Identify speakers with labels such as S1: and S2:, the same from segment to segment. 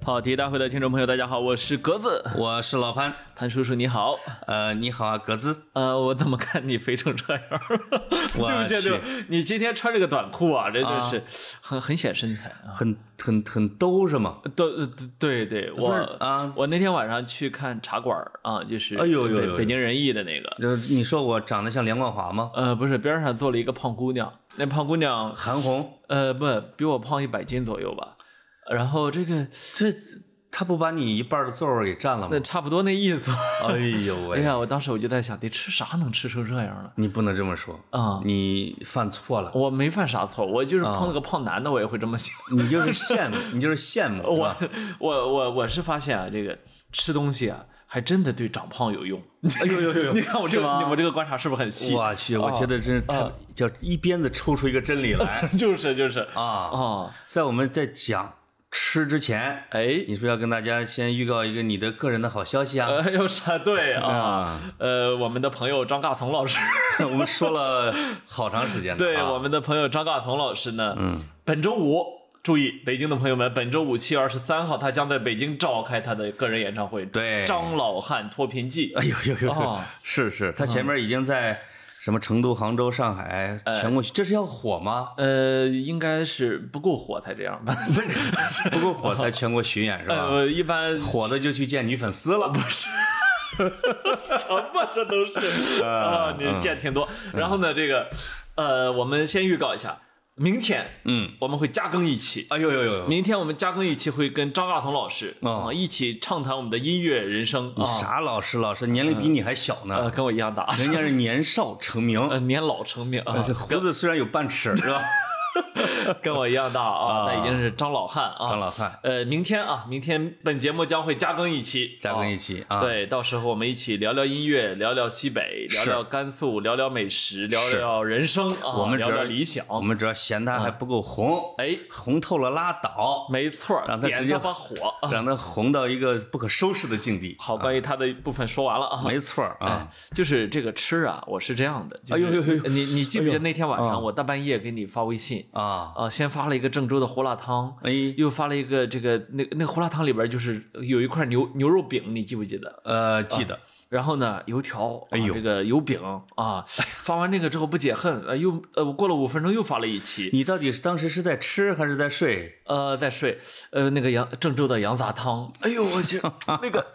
S1: 跑题大会的听众朋友，大家好，我是格子，
S2: 我是老潘，
S1: 潘叔叔你好。
S2: 呃，你好啊，格子，
S1: 呃，我怎么看你肥成 这样？
S2: 我
S1: 对不起，
S2: 去
S1: 对不起，你今天穿这个短裤啊，这就是很、很显身材啊。
S2: 很很很兜是吗？
S1: 对对对，我
S2: 啊
S1: 呃我那天晚上去看茶馆儿啊，就是
S2: 哎呦呦
S1: 北
S2: 呦呦
S1: 北京人艺的那个，
S2: 就是你说我长得像梁冠华吗？
S1: 呃，不是边上坐了一个胖姑娘，那胖姑娘
S2: 韩红，
S1: 呃不比我胖一百斤左右吧，然后这个
S2: 这他不把你一半的座位给占了吗
S1: 那？差不多那意思。
S2: 哎 呦
S1: 哎
S2: 喂，
S1: 呀，我当时我就在想，得吃啥能吃成这样呢？
S2: 你不能这么说
S1: 啊
S2: 你犯错了，
S1: 我没犯啥错，我就是碰
S2: 啊
S1: 了个胖男的，我也会这么想。
S2: 你就是羡慕，你就是羡慕是
S1: 我
S2: 吧？
S1: 我我我是发现啊，这个吃东西啊，还真的对长胖有用。
S2: 哎呦呦呦呦，
S1: 你看我啊这
S2: 是
S1: 个
S2: 吗
S1: 我这个观察是不是很细？
S2: 我去，我觉得真是他叫一鞭子抽出一个真理来
S1: 就是就是啊
S2: 啊！
S1: 啊，
S2: 在我们在讲吃之前，
S1: 哎，
S2: 你是不是要跟大家先预告一个你的个人的好消息啊？
S1: 呃， 又是对啊，
S2: 啊，
S1: 呃，我们的朋友张尬从老师，
S2: 我们说了好长时间的、啊，
S1: 对我们的朋友张尬从老师呢，嗯，本周五。注意，北京的朋友们，本周五七月二十三号，他将在北京召开他的个人演唱会。
S2: 对
S1: 张老汉脱贫记。
S2: 哎呦呦呦，
S1: 哦
S2: 是是，他前面已经在什么成都、杭州、上海、
S1: 哎
S2: 全国，这是要火吗？
S1: 呃，应该是不够火才这 样吧？
S2: 不够 火才全国巡演是吧？
S1: 呃，一般
S2: 火的就去见女粉丝了，不是？
S1: 什么这都
S2: 嗯
S1: 是啊，你见挺多。然后呢，这个呃，我们先预告一下，明天
S2: 嗯，
S1: 我们会加更一期。
S2: 哎呦呦呦呦，
S1: 明天我们加更一期会跟张大同老师
S2: 哦
S1: 啊一起畅谈我们的音乐人生
S2: 你
S1: 啊，
S2: 啥老师老师，年龄比你还小呢，
S1: 呃，跟我一样 大，
S2: 人家是年少成名，
S1: 呃，年老成名 啊，
S2: 这胡子虽然有半尺是吧？
S1: 跟我一样大啊，那已经是张老汉啊，
S2: 张老汉，
S1: 呃，明天啊，明天本节目将会加更一期，
S2: 加跟
S1: 啊
S2: 一起啊，
S1: 对，到时候我们一起聊聊音乐，聊聊西北，聊
S2: 是
S1: 聊甘肃，聊聊美食，聊
S2: 是
S1: 聊人生啊，
S2: 我们嗯只
S1: 聊
S2: 要
S1: 聊理想。嗯
S2: 我们只要嫌他还不够红，
S1: 哎，
S2: 红透了拉倒，
S1: 没错儿，
S2: 让他
S1: 点
S2: 直接
S1: 把火。啊
S2: 让他红到一个不可收拾的境地。
S1: 好，关于他的部分说完了啊。
S2: 没错儿啊
S1: 哎，，就是这个吃啊，我是这样的。就是
S2: 哎呦呦呦呦
S1: 你你记不记得
S2: 哎呦
S1: 那天晚
S2: 啊
S1: 上我大半夜给你发微信？
S2: 啊，
S1: 啊，先发了一个郑州的胡辣汤，
S2: 哎
S1: 又发了一个这个那那胡辣汤里边就是有一块牛牛肉饼，你记不记得？
S2: 呃，记得，
S1: 然后呢，油条，啊、
S2: 哎呦
S1: 这个油饼啊，发完这个之后不解恨，呃，又呃，我过了五分钟又发了一期，
S2: 你到底是当时是在吃还是在睡？
S1: 呃，在睡，呃，那个羊郑州的羊杂汤，哎呦我去，那个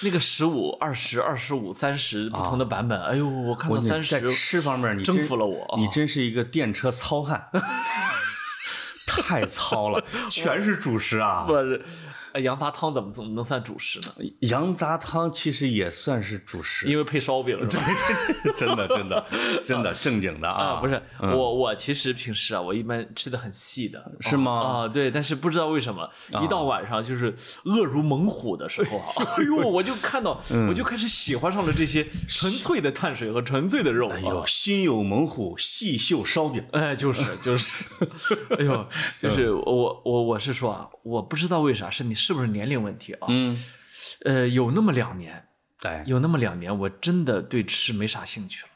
S1: 那个十五、二十、二十五、三十不同的版本，哎呦，我看到
S2: 你
S1: 三
S2: 在
S1: 十，
S2: 吃方面你
S1: 征
S2: 真
S1: 服了我啊
S2: 你真是一个电车 糙汉，太糙了，全是主食啊
S1: 不。是，呃羊杂汤怎么怎么能算主食呢？
S2: 羊杂汤其实也算是主食，
S1: 因为配烧饼是吧？
S2: 真 的真的真的正经的
S1: 啊，
S2: 啊，
S1: 不是，我我其实平时啊，我一般吃的很细的，
S2: 是吗啊
S1: 啊、对，但是不知道为什么，一到晚上就是饿如猛虎的时候啊，哎呦，我就看到，
S2: 嗯
S1: 我就开始喜欢上了这些纯粹的碳水和纯粹的肉啊。哎
S2: 有心有猛虎，细嗅烧饼。
S1: 就是 就是，哎呦，就是
S2: 嗯
S1: 我我我是说啊，我不知道为啥，是你是不是年龄问题啊？
S2: 嗯，
S1: 呃，有那么两年，
S2: 哎，
S1: 有那么两年，我真的对吃没啥兴趣了，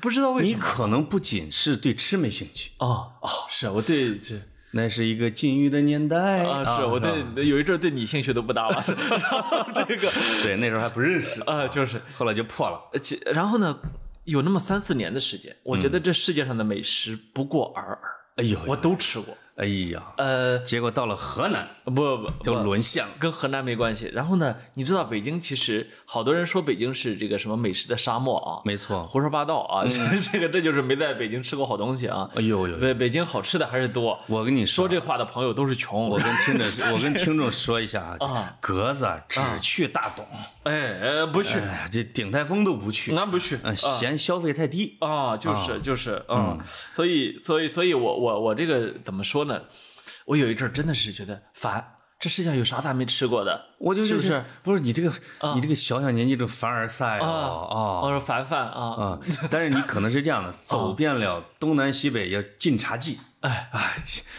S1: 不知道为
S2: 你
S1: 什么
S2: 可哦能不仅是对吃没兴趣，
S1: 啊啊、是我对这。
S2: 那是一个禁欲的年代
S1: 啊，是我对你的有一阵儿对你兴趣都不大了，是 然后这个
S2: 对那时候还不认识，
S1: 啊，就是，
S2: 后来就破了。
S1: 呃其然后呢，有那么三四年的时间，我觉得这世界上的美食不过尔尔，
S2: 嗯哎呦，
S1: 我都吃过，
S2: 哎呀，
S1: 呃，
S2: 结果到了河南
S1: 不不
S2: 就
S1: 不。
S2: 沦陷了。
S1: 跟河南没关系。然后呢，你知道北京其实好多人说北京是这个什么美食的沙漠啊，
S2: 没错，
S1: 胡说八道啊， 这个这就是没在北京吃过好东西啊。
S2: 嗯哎呦呦，
S1: 北北京好吃的还是多。
S2: 我跟你
S1: 说
S2: 说，
S1: 这话的朋友都是穷
S2: 我。跟听着，我跟听众说 一下
S1: 啊，
S2: 格子啊只去大董，
S1: 哎哎，不去，啊
S2: 哎这鼎泰丰都不去，
S1: 俺不去。
S2: 嗯，嫌消费太低。
S1: 啊，就是就是，嗯，所以所以所以我我我这个怎么说呢？我有一阵儿真的是觉得烦，这世界上有啥咱没吃过的
S2: 我就是
S1: 不是
S2: 不是你这个你这个小小年纪这凡尔赛
S1: 我
S2: 哦
S1: 说烦烦
S2: 哦
S1: 啊，
S2: 啊！但是你可能是这样的，走遍了东南西北，要尽茶记。哎哎，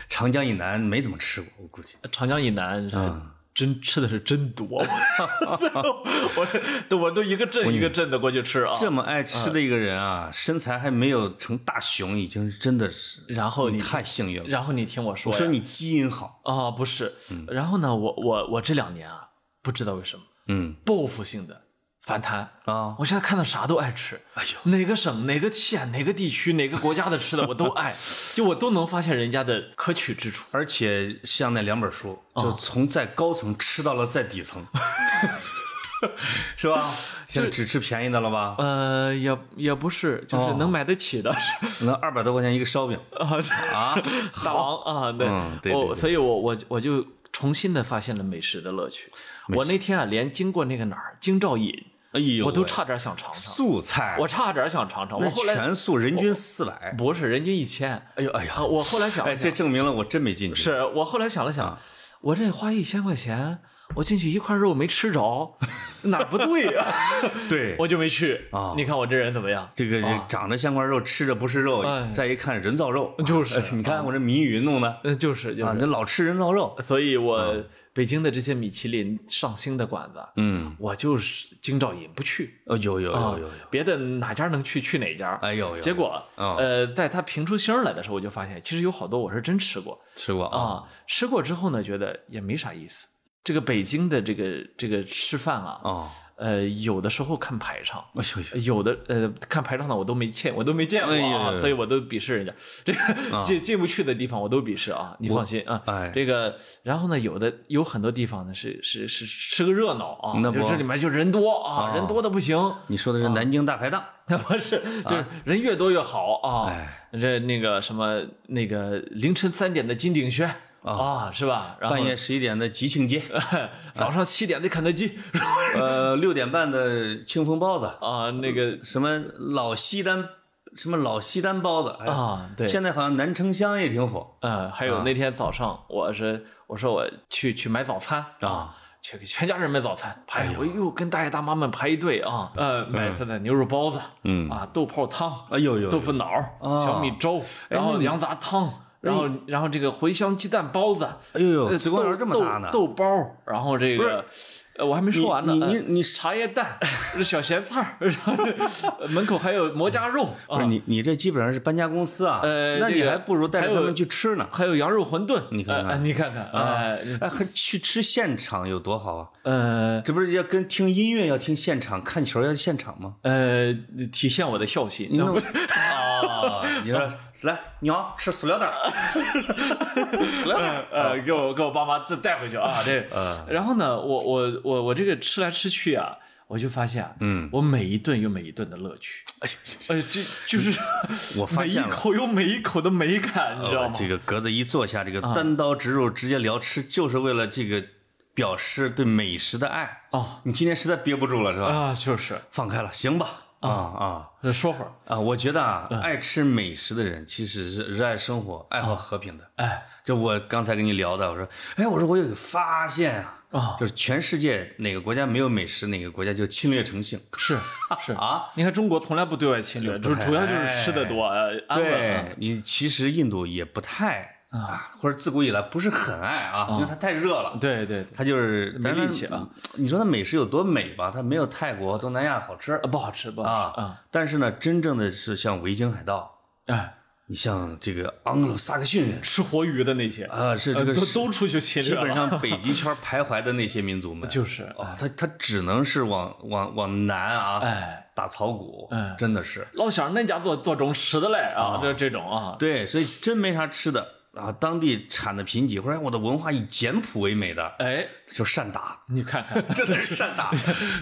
S2: 长江以南没怎么吃过，我估计。
S1: 长江以南是吧
S2: 嗯
S1: 真吃的是真多， 我我都一个镇一个镇的过去吃啊。
S2: 这么爱吃的一个人啊，身材还没有成大熊，已经是真的是，
S1: 然后哦
S2: 你
S1: 你，
S2: 太幸运了。
S1: 然后你听我说
S2: 我
S1: 呀，
S2: 说你嗯基因好，
S1: 啊，不是，然后呢，我我我这两年啊，不知道为什么
S2: 嗯
S1: 报复性的反弹
S2: 啊，
S1: 我现在看到啥都爱吃，
S2: 哎呦，
S1: 哪个省、哪个县、哪个地区、哪个国家的吃 的我都爱，就我都能发现人家的可取之处。
S2: 而且像那两本书，
S1: 啊
S2: 就从在高层吃到了在 底层，是吧？现在只吃便宜的了吧？
S1: 呃，也也不是，就是能买得起 的，
S2: 那二百多块钱一个烧饼
S1: 啊，是
S2: 啊，
S1: 大王啊，对，
S2: 嗯对对
S1: 我
S2: 对
S1: 所以我我我就重新的发现了美食的乐趣。我那天啊，连经过那个哪儿京兆尹，
S2: 哎呦喂，
S1: 我都差点想尝尝，
S2: 素菜，
S1: 我差点想尝尝，我
S2: 那
S1: 后来
S2: 全素人均四百，
S1: 不是人均一千。
S2: 哎呦哎呀
S1: 啊，，我后来想
S2: 哎，
S1: 了
S2: 这
S1: 想，
S2: 证明了我真没进去。
S1: 是我后来想了
S2: 啊
S1: 想，我这花一千块钱，我进去一块肉没吃 着，哪儿不对呀、
S2: 对，
S1: 我就没去
S2: 啊
S1: 你看我这人怎么样？
S2: 这个长得像块肉，吃着不是肉
S1: 啊哎，
S2: 再一看人造肉，
S1: 就是
S2: 哎 你看我这谜语弄的
S1: 嗯，就是呃就
S2: 啊，
S1: 是，
S2: 这老吃人造肉，
S1: 所以我北京的这些米其林上星的馆子，
S2: 嗯，
S1: 我就是京兆尹不去，
S2: 呃，有有有有有，
S1: 别的哪家能去去哪家。
S2: 哎有有，
S1: 啊结果，
S2: 啊
S1: 呃，在他评出星儿来的时候，我就发现其实有好多我是真吃过
S2: 吃过啊，
S1: 啊，吃过之后呢，觉得也没啥意思。这个北京的这个这个吃饭啊，
S2: 哦，
S1: 呃，有的时候看排场，
S2: 哎呦呦，
S1: 有的呃，看排场的我都没见，我都没见过啊，
S2: 哎呀啊
S1: 所以我都鄙视人家。这个进进不去的地方我都鄙视啊，你放心啊。
S2: 哎
S1: 这个，然后呢，有的有很多地方呢是是是吃个热闹啊，
S2: 那不
S1: 就这里面就人多啊，
S2: 啊
S1: 人多的不行，
S2: 你说的
S1: 啊
S2: 是南京大排档，
S1: 不是，就是人越多越好啊。
S2: 啊哎
S1: 这那个什么那个凌晨三点的金鼎轩啊是吧？然后
S2: 半夜十一点的吉庆街，
S1: 早上七点的肯德 基
S2: 呃，六点半的清风包子，
S1: 啊，那个
S2: 什么老西单，什么老西单包子，哎呀，
S1: 啊，对，
S2: 现在好像南城乡也挺火
S1: 呃，还
S2: 啊
S1: 有那天早上，我是我说我去去买早餐，
S2: 啊，
S1: 去给全家人买早餐，排哎呦跟大爷大妈们排一队啊，呃，买他的牛肉包子，
S2: 嗯
S1: 啊，豆泡汤，
S2: 哎呦呦，啊哎
S1: 豆腐脑儿、小米粥，然后羊杂汤，然后然后这个茴香鸡蛋包子，
S2: 哎呦呦，
S1: 呃
S2: 紫光园这么大呢，
S1: 豆豆包儿，然后这个。呃，我还没说完呢。
S2: 你你
S1: 呃
S2: 你
S1: 茶叶蛋、小咸菜儿， 然后呃门口还有馍夹肉
S2: 不是
S1: 啊，
S2: 你，你这基本上是搬家公司啊，
S1: 呃
S2: 那
S1: 这
S2: 你
S1: 个
S2: 还不如带着
S1: 还有
S2: 他们去吃呢，
S1: 还有羊肉馄饨。
S2: 你看看
S1: 呃呃你看看，哎，
S2: 哎，还去吃现场有多好啊？
S1: 呃，
S2: 这不是要跟听音乐要听现场，看球要现场吗？
S1: 呃，体现我的孝心。
S2: 你
S1: 哦
S2: 弄啊， 你说来娘吃塑料袋儿，塑料袋儿，
S1: 呃，给我给我爸妈这带回去啊，
S2: 嗯
S1: 这。然后呢，我我我我这个吃来吃去啊，我就发现，
S2: 嗯，
S1: 我每一顿有每一顿的乐趣，
S2: 哎呦，这
S1: 呃，就就是
S2: 我发
S1: 每一
S2: 现了。
S1: 口有每一口的美感，你知道
S2: 呃
S1: 吗？啊
S2: 这个格子一坐下，这个单刀直入，直接聊吃，就是为了这个表示对美食的爱。
S1: 哦
S2: 你今天实在憋不住了是吧？
S1: 啊，就是
S2: 放开了，行吧？啊啊，
S1: 那说会儿，
S2: 啊，我觉得啊，
S1: 嗯
S2: 爱吃美食的人其实是热爱生活、爱好和平的。
S1: 哎
S2: 就我刚才跟你聊的，我说，哎，我说我有个发现啊，
S1: 啊，
S2: 就是全世界哪个国家没有美食，哪个国家就侵略成性
S1: 是 是，
S2: 啊。
S1: 你看中国从来不对外侵略，就主要就是吃的多，呃安稳啊。
S2: 哎对你，其实印度也不太啊，或者自古以来不是很爱啊，因为它太热了，
S1: 对对对，
S2: 它就是
S1: 没
S2: 但是
S1: 力气啊。
S2: 你说它美食有多美吧？它没有泰国、东南亚好吃
S1: 啊不好吃不好吃啊
S2: 啊。但是呢，真正的是像维京海盗，
S1: 哎，
S2: 你像这个盎格鲁撒克逊人。
S1: 吃活鱼的那些
S2: 啊，是这
S1: 呃
S2: 个
S1: 都
S2: 是
S1: 都出去侵
S2: 基
S1: 略
S2: 本
S1: 了，
S2: 上北极圈徘徊的那些民族 们，
S1: 就是
S2: 啊，他他只能是往往往南啊，
S1: 哎。
S2: 打草谷
S1: 哎，
S2: 真的是
S1: 老乡，恁家做做中吃的嘞啊，这这种啊，
S2: 对，所以真没啥吃的啊，当地产的贫瘠，或者哎我的文化以简朴为美的，
S1: 哎，
S2: 就善打，
S1: 你看 看，
S2: 真的 是善打，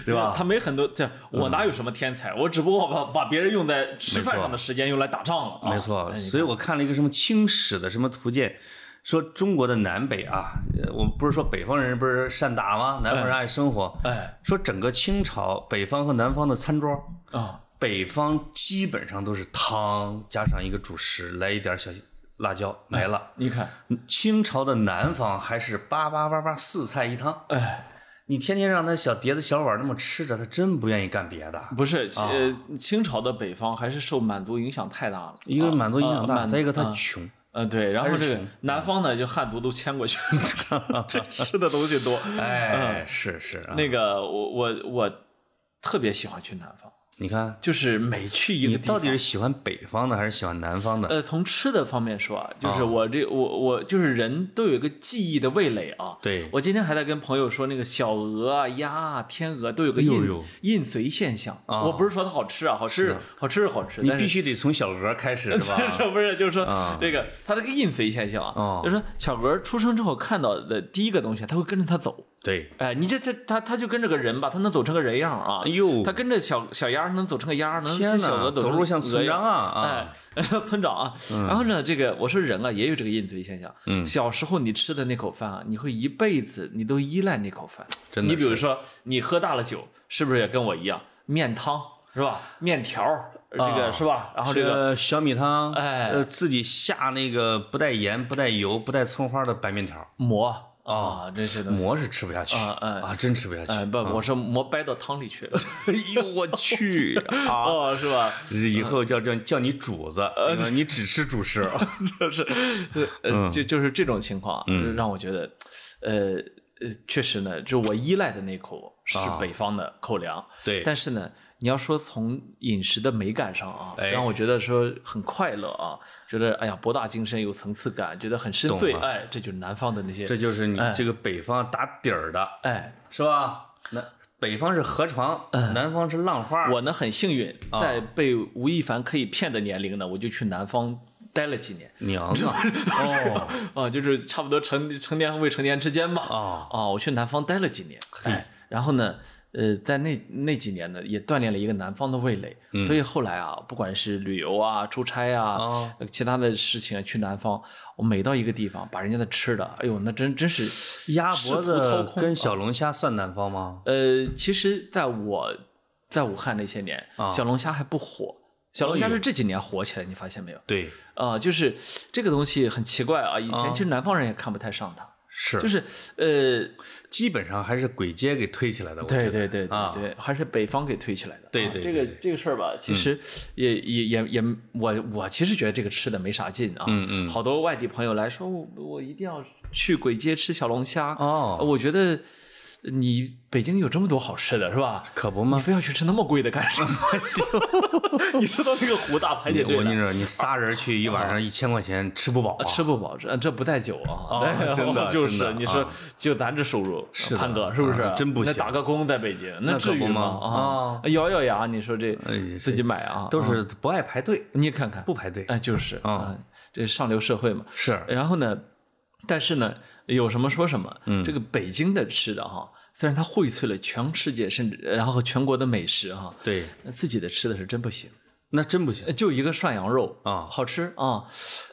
S2: 对吧？嗯
S1: 他没很多，这我哪有什么天才，我只不过把把别人用在吃饭上的时间用来打仗了啊，
S2: 没错，
S1: 哎
S2: 所以我看了一个什么清史的什么图鉴，说中国的南北啊，呃我不是说北方人不是善打吗？南方人爱生活，
S1: 哎
S2: 说整个清朝北方和南方的餐桌。
S1: 啊，
S2: 北方基本上都是汤加上一个主食，来一点小辣椒，没了。
S1: 你看，
S2: 清朝的南方还是八八八八四菜一汤，
S1: 哎，
S2: 你天天让他小碟子小碗那么吃着，他真不愿意干别的。
S1: 不是，呃，清朝的北方还是受满族影响太大了，
S2: 一个是满族影响
S1: 啊
S2: 大，
S1: 满
S2: 再一个他
S1: 啊
S2: 穷，
S1: 呃，对，然后
S2: 还是嗯
S1: 这个
S2: 穷
S1: 南方呢，就汉族都迁过去了， 这吃的东西 多。
S2: 哎，是是啊，
S1: 嗯那个，我我我特别喜欢去南方，
S2: 你看，
S1: 就是每去一
S2: 你
S1: 个地方，
S2: 到底是喜欢北方的还是喜欢南方的？
S1: 呃，从吃的方面说啊，就是
S2: 啊
S1: 我这我我就是人都有一个记忆的味蕾啊。
S2: 对
S1: 我今天还在跟朋友说，那个小鹅啊、鸭啊、天鹅都有个
S2: 哎呦
S1: 印
S2: 呦
S1: 印随现象。
S2: 啊
S1: 我不是说它好吃啊，好吃好吃是好吃，
S2: 你
S1: 但是
S2: 必须得从小鹅开始，是吧？
S1: 这不 是 就是说
S2: 啊
S1: 这个它这个印随现象啊
S2: 哦，
S1: 就是说小鹅出生之后看到的第一个东西，它会跟着它走。
S2: 对，
S1: 哎，你这这它它就跟着个人吧，它能走成个人样啊。
S2: 哎呦
S1: 它跟着小小鸭能走成个鸭，能
S2: 天
S1: 跟小
S2: 哪，
S1: 鹅走
S2: 走
S1: 成
S2: 路像
S1: 鹅
S2: 村
S1: 样
S2: 长啊啊！
S1: 哎， 像村长啊。然后呢，这个我说人啊也有这个印随现象。
S2: 嗯
S1: 小时候你吃的那口饭啊，你会一辈子你都依赖那口饭。
S2: 真的
S1: 你比如
S2: 是
S1: 说，你喝大了酒，是不是也跟我一样？面汤是吧？面条儿这个、
S2: 啊
S1: 是吧？然后这
S2: 这
S1: 个。
S2: 个小米汤，
S1: 哎
S2: 呃，自己下那个不带盐、不带油、不带葱花的白面条，
S1: 馍啊，这些东西。
S2: 馍是吃不下去
S1: 啊哎
S2: 啊，真吃不下
S1: 哎，
S2: 去。
S1: 不，我说馍掰到汤里去了，
S2: 哎呦我 去 啊！
S1: 哦，是吧？
S2: 以后叫叫叫你主子，呃你只吃主 食。
S1: 就是，呃，
S2: 嗯
S1: 就就是这种情况啊，让我觉得，呃呃，确实呢，就我依赖的那口是
S2: 啊
S1: 北方的口粮，
S2: 对，
S1: 但是呢，你要说从饮食的美感上啊，
S2: 哎
S1: 让我觉得说很快乐啊，觉得哎呀博大精深，有层次感，觉得很深邃，
S2: 懂了
S1: 哎，这就是南方的那些
S2: 这，就是你
S1: 哎
S2: 这个北方打底儿的，
S1: 哎，
S2: 是吧？南北方是河床，南方是浪花。
S1: 我呢很幸运，
S2: 啊
S1: 在被吴亦凡可以骗的年龄呢，我就去南方待了几年。
S2: 娘啊！ 哦
S1: 啊，就是差不多成成年和未成年之间吧。
S2: 哦
S1: 啊，我去南方待了几年，哎，然后呢，呃，在那那几年呢，也锻炼了一个南方的味蕾，
S2: 嗯
S1: 所以后来啊，不管是旅游啊、出差啊、
S2: 哦
S1: 呃其他的事情啊，去南方，我每到一个地方，把人家的吃的，哎呦，那真真是，
S2: 鸭
S1: 试
S2: 脖
S1: 图掏
S2: 子
S1: 空
S2: 跟小龙虾算南方吗？
S1: 呃，其实在我在武汉那些年，
S2: 啊
S1: 小龙虾还不火，小龙虾
S2: 哎呦
S1: 是这几年火起来，你发现没有？
S2: 对，
S1: 啊、就是这个东西很奇怪啊，以
S2: 哦
S1: 前其实南方人也看不太上它。
S2: 是，
S1: 就是呃，
S2: 基本上还是鬼街给推起来的。我
S1: 对
S2: 觉得
S1: 对对对
S2: 啊
S1: 对，还是北方给推起来的。
S2: 对
S1: 啊嗯
S2: 对
S1: 这
S2: 对
S1: 个
S2: 对
S1: 这个事儿吧，其实也也也也，我我其实觉得这个吃的没啥劲啊。
S2: 嗯嗯
S1: 好多外地朋友来说，我我一定要去簋街吃小龙虾。
S2: 哦
S1: 我觉得你北京有这么多好吃的，是吧？
S2: 可不
S1: 你
S2: 嘛。
S1: 非要去吃那么贵的干 什么？ 你知道那个湖大排
S2: 我
S1: 解队
S2: 跟你
S1: 的，
S2: 说，你仨人去一晚上一千块钱吃不饱
S1: 啊！
S2: 啊
S1: 吃不饱，这这不带酒啊！
S2: 哦
S1: 对
S2: 真的
S1: 就
S2: 真
S1: 是
S2: 的
S1: 你说
S2: 啊，
S1: 就咱这收入，
S2: 是的
S1: 潘哥是不是
S2: 啊？真不
S1: 那
S2: 行
S1: 打个工在北京，那
S2: 那
S1: 至
S2: 可
S1: 于
S2: 不吗哦
S1: 吗？啊，咬咬牙，你说这
S2: 哎呀
S1: 自己买啊，
S2: 都
S1: 啊
S2: 是不爱排队，
S1: 你看看
S2: 不，排嗯队
S1: 哎，就是啊，这上流社会嘛。
S2: 是
S1: 然后呢，但是呢，有什么说什么。
S2: 嗯
S1: 这个北京的吃的哈，虽然它荟萃了全世界，甚至然后全国的美食哈，
S2: 对，
S1: 那自己的吃的是真不行。
S2: 那真不行。
S1: 就一个涮羊肉
S2: 啊
S1: 好吃啊，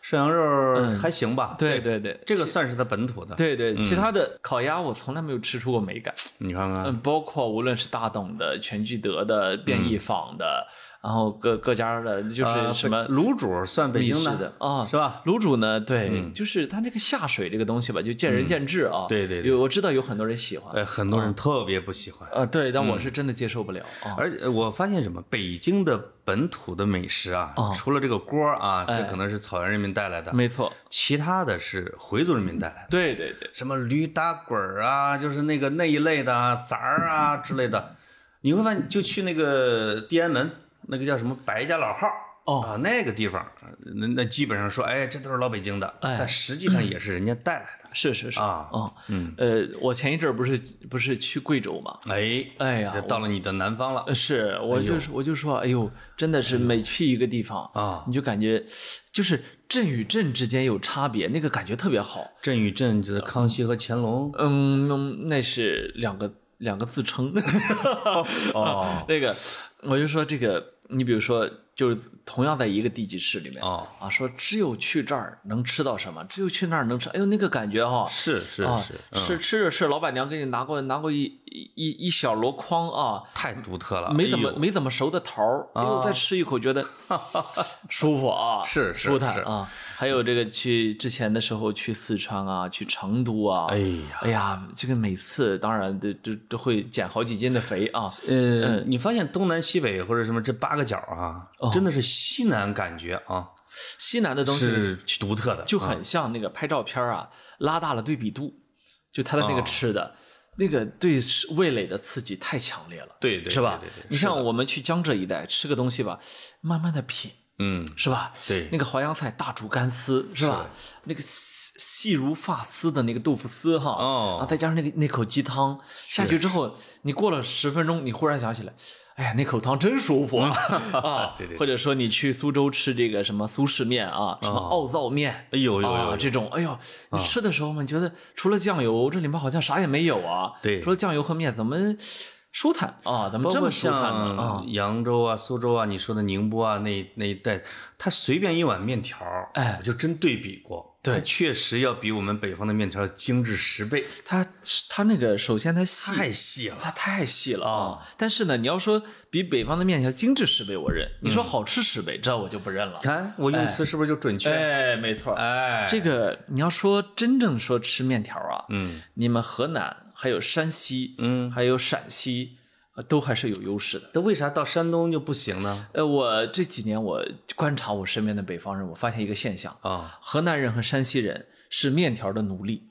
S2: 涮羊肉还行吧？
S1: 嗯对对对，
S2: 哎这个算是它本土的。，嗯
S1: 对对，其他的烤鸭我从来没有吃出过美感。
S2: 你看看，
S1: 嗯，包括无论是大董的、全聚德的、变
S2: 嗯
S1: 异坊的，然后各各家的，就是
S2: 呃
S1: 什么
S2: 卤煮算北
S1: 美
S2: 京
S1: 式的啊，
S2: 是吧？嗯
S1: 卤煮呢，对，就是它这个下水这个东西吧，就见仁见智啊。
S2: 对对对
S1: 有我知道有很多人喜欢，
S2: 呃，很
S1: 嗯
S2: 多人特别不喜欢。
S1: 呃，对，但我是真的接受不了啊。
S2: 嗯而呃我发现什么？北京的本土的美食啊，除了这个锅儿啊，这可能是草原人民带来的，
S1: 哎没错，
S2: 其他的是回族人民带来的，
S1: 对对对，
S2: 什么驴打滚儿啊，就是那个那一类的啊杂儿 啊之类的。你会发现，就去那个地安门，那个叫什么白家老号儿
S1: 哦
S2: 啊，那个地方，那那基本上说，哎，这都是老北京的，
S1: 哎
S2: 但实际上也是人家带来的。
S1: 是 是是
S2: 啊
S1: 嗯，呃，我前一阵儿不是不是去贵州嘛，
S2: 哎，
S1: 哎呀
S2: 这到了你的南方了
S1: 呃，是，我就是我就说，哎呦，真的是每去一个地方
S2: 啊
S1: 你就感觉就是镇与镇之间有差别，那个感觉特别好。
S2: 镇与镇就是康熙和 乾隆。
S1: 嗯，嗯那是两个两个自称。
S2: 哦
S1: 那个，我就说这个，你比如说，就是同样在一个地级市里面、
S2: 哦，
S1: 啊，说只有去这儿能吃到什么，只有去那儿能吃，哎呦，那个感觉哈、
S2: 是是
S1: 啊
S2: 是，，嗯
S1: 吃吃着吃，老板娘给你拿过拿过一一一一小箩筐啊，
S2: 太独特了，
S1: 没怎么
S2: 哎呦啊
S1: 没怎么熟的桃儿，哎呦，再吃一口觉 得舒服啊，
S2: 是是
S1: 舒坦
S2: 是
S1: 啊。还有这个去之前的时候去四川啊，去成都啊，
S2: 哎呀，
S1: 哎呀，这个每次当然都都都会减好几斤的肥啊，哦
S2: 呃，你发现东南西北或者什么这八个角啊，真的是西南感觉啊，
S1: 西南的东西
S2: 是独特的，啊
S1: 就很像那个拍照片啊，拉大了对比度，就它的那个
S2: 哦
S1: 吃的，那个对味蕾的刺激太强烈了，
S2: 对对
S1: 是吧
S2: 对对对？
S1: 你像我们去江浙一带吃个东西吧，慢慢的品，
S2: 嗯，
S1: 是吧？
S2: 对
S1: 那个淮扬菜大煮干丝是吧？那个细细如发丝的那个豆腐丝哈，啊
S2: 哦
S1: 然后再加上那个那口鸡汤下去之后，你过了十分钟，你忽然想起来。哎呀，那口汤真舒服 啊！啊
S2: 对对对
S1: 或者说你去苏州吃这个什么苏式面啊，什么奥灶面，
S2: 哎呦呦呦
S1: 啊
S2: 呦，
S1: 这种，哎呦，
S2: 嗯
S1: 你吃的时候嘛，你觉得除了酱油，这里面好像啥也没有啊。
S2: 对
S1: 除了酱油和面，怎么舒坦啊？怎么
S2: 包
S1: 这么
S2: 括
S1: 舒坦呢？啊
S2: 像，扬州啊、苏州啊，你说的宁波啊那一那一带，它随便一碗面条儿，
S1: 哎
S2: 我就真对比过，
S1: 对
S2: 它确实要比我们北方的面条儿精致十倍，
S1: 它它那个首先它细，
S2: 太细了。
S1: 它太细了
S2: 哦
S1: 啊！但是呢，你要说比北方的面条精致十倍，我认；你说好吃十倍，这我就不认了
S2: 你。嗯看我用词是不是就准确？
S1: 哎，没错，
S2: 哎，
S1: 这个你要说真正说吃面条啊，
S2: 嗯，
S1: 你们河南还有山西，嗯，还有陕西，呃都还是有优势的。
S2: 那为啥到山东就不行呢？
S1: 呃，我这几年我观察我身边的北方人，我发现一个现象，
S2: 啊，
S1: 河南人和山西人是面条的奴 隶，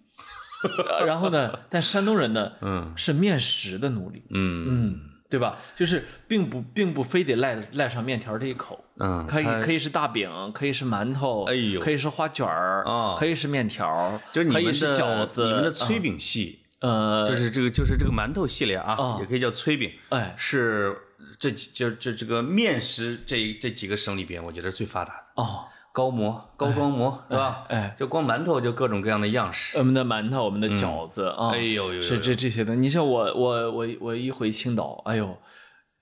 S1: 呃然后呢，但山东人呢，
S2: 嗯
S1: 是面食的奴隶。
S2: 嗯
S1: 嗯，对吧？就是并不并不非得赖赖上面条这一口，
S2: 嗯
S1: 可以
S2: 它
S1: 可以是大饼，可以是馒头，
S2: 哎呦
S1: 可以是花卷儿
S2: 啊
S1: 可以是面条，
S2: 就是你
S1: 可
S2: 呃嗯们
S1: 以
S2: 的
S1: 是饺子，
S2: 你们的炊饼系，
S1: 呃，
S2: 就是这个就是这个馒头系列啊，也可以叫炊饼，
S1: 哎
S2: 是这几就这这个面食这这几个省里边，我觉得最发达的。
S1: 哦，
S2: 高模、高庄模是吧？
S1: 哎，
S2: 就光馒头就各种各样的样式。
S1: 我们的馒头，我们的饺子啊，
S2: 哎呦呦呦
S1: 是
S2: 呦，
S1: 这这些的。你像我我我我一回青岛，哎呦，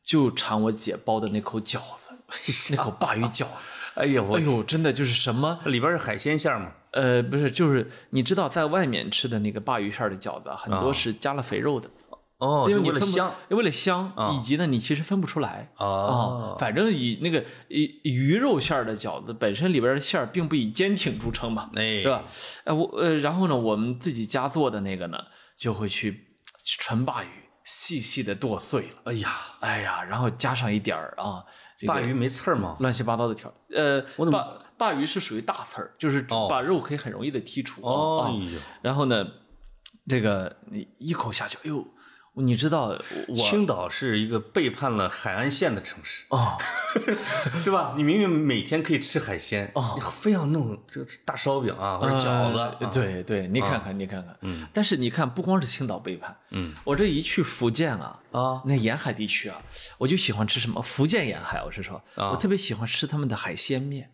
S1: 就馋我姐包的那口饺 子，那口鲅鱼饺子，
S2: 哎呦
S1: 哎
S2: 我，
S1: 呦，真的就是什么
S2: 里边是海鲜馅儿嘛？
S1: 呃，不是，就是你知道，在外面吃的那个鲅鱼馅儿的饺子啊，很多是加了肥肉的，
S2: 哦，
S1: 因
S2: 就
S1: 为你
S2: 为
S1: 分
S2: 了
S1: 不
S2: 香，啊
S1: 为了香，以及呢，你其实分不出来啊、
S2: 哦
S1: 反正以那个以鱼肉馅儿的饺子本身里边的馅儿，并不以坚挺著称嘛，
S2: 哎，
S1: 是吧？呃，我呃，然后呢，我们自己家做的那个呢，就会去纯鲅鱼细细的剁碎了，
S2: 哎呀，
S1: 哎呀，然后加上一点儿啊，这个
S2: 鲅鱼没刺儿吗？
S1: 乱七八糟的调。呃，
S2: 我怎么
S1: 鲅鲅鱼是属于大刺儿，就是
S2: 哦
S1: 把肉可以很容易的剔除。
S2: 哦
S1: 啊
S2: 哎呦
S1: 然后呢，这个你一口下去，哎呦，你知道我我
S2: 青岛是一个背叛了海岸线的城市，
S1: 哦，
S2: 是吧？你明明每天可以吃海鲜，你非要弄这个大烧饼啊，或者饺子
S1: 哦呃
S2: 啊，
S1: 对对，你看看你看看，但是你看，不光是青岛背叛，
S2: 嗯，
S1: 我这一去福建啊。
S2: 啊，
S1: 那沿海地区啊，我就喜欢吃什么？福建沿海，我是说，
S2: 啊
S1: 我特别喜欢吃他们的海鲜面，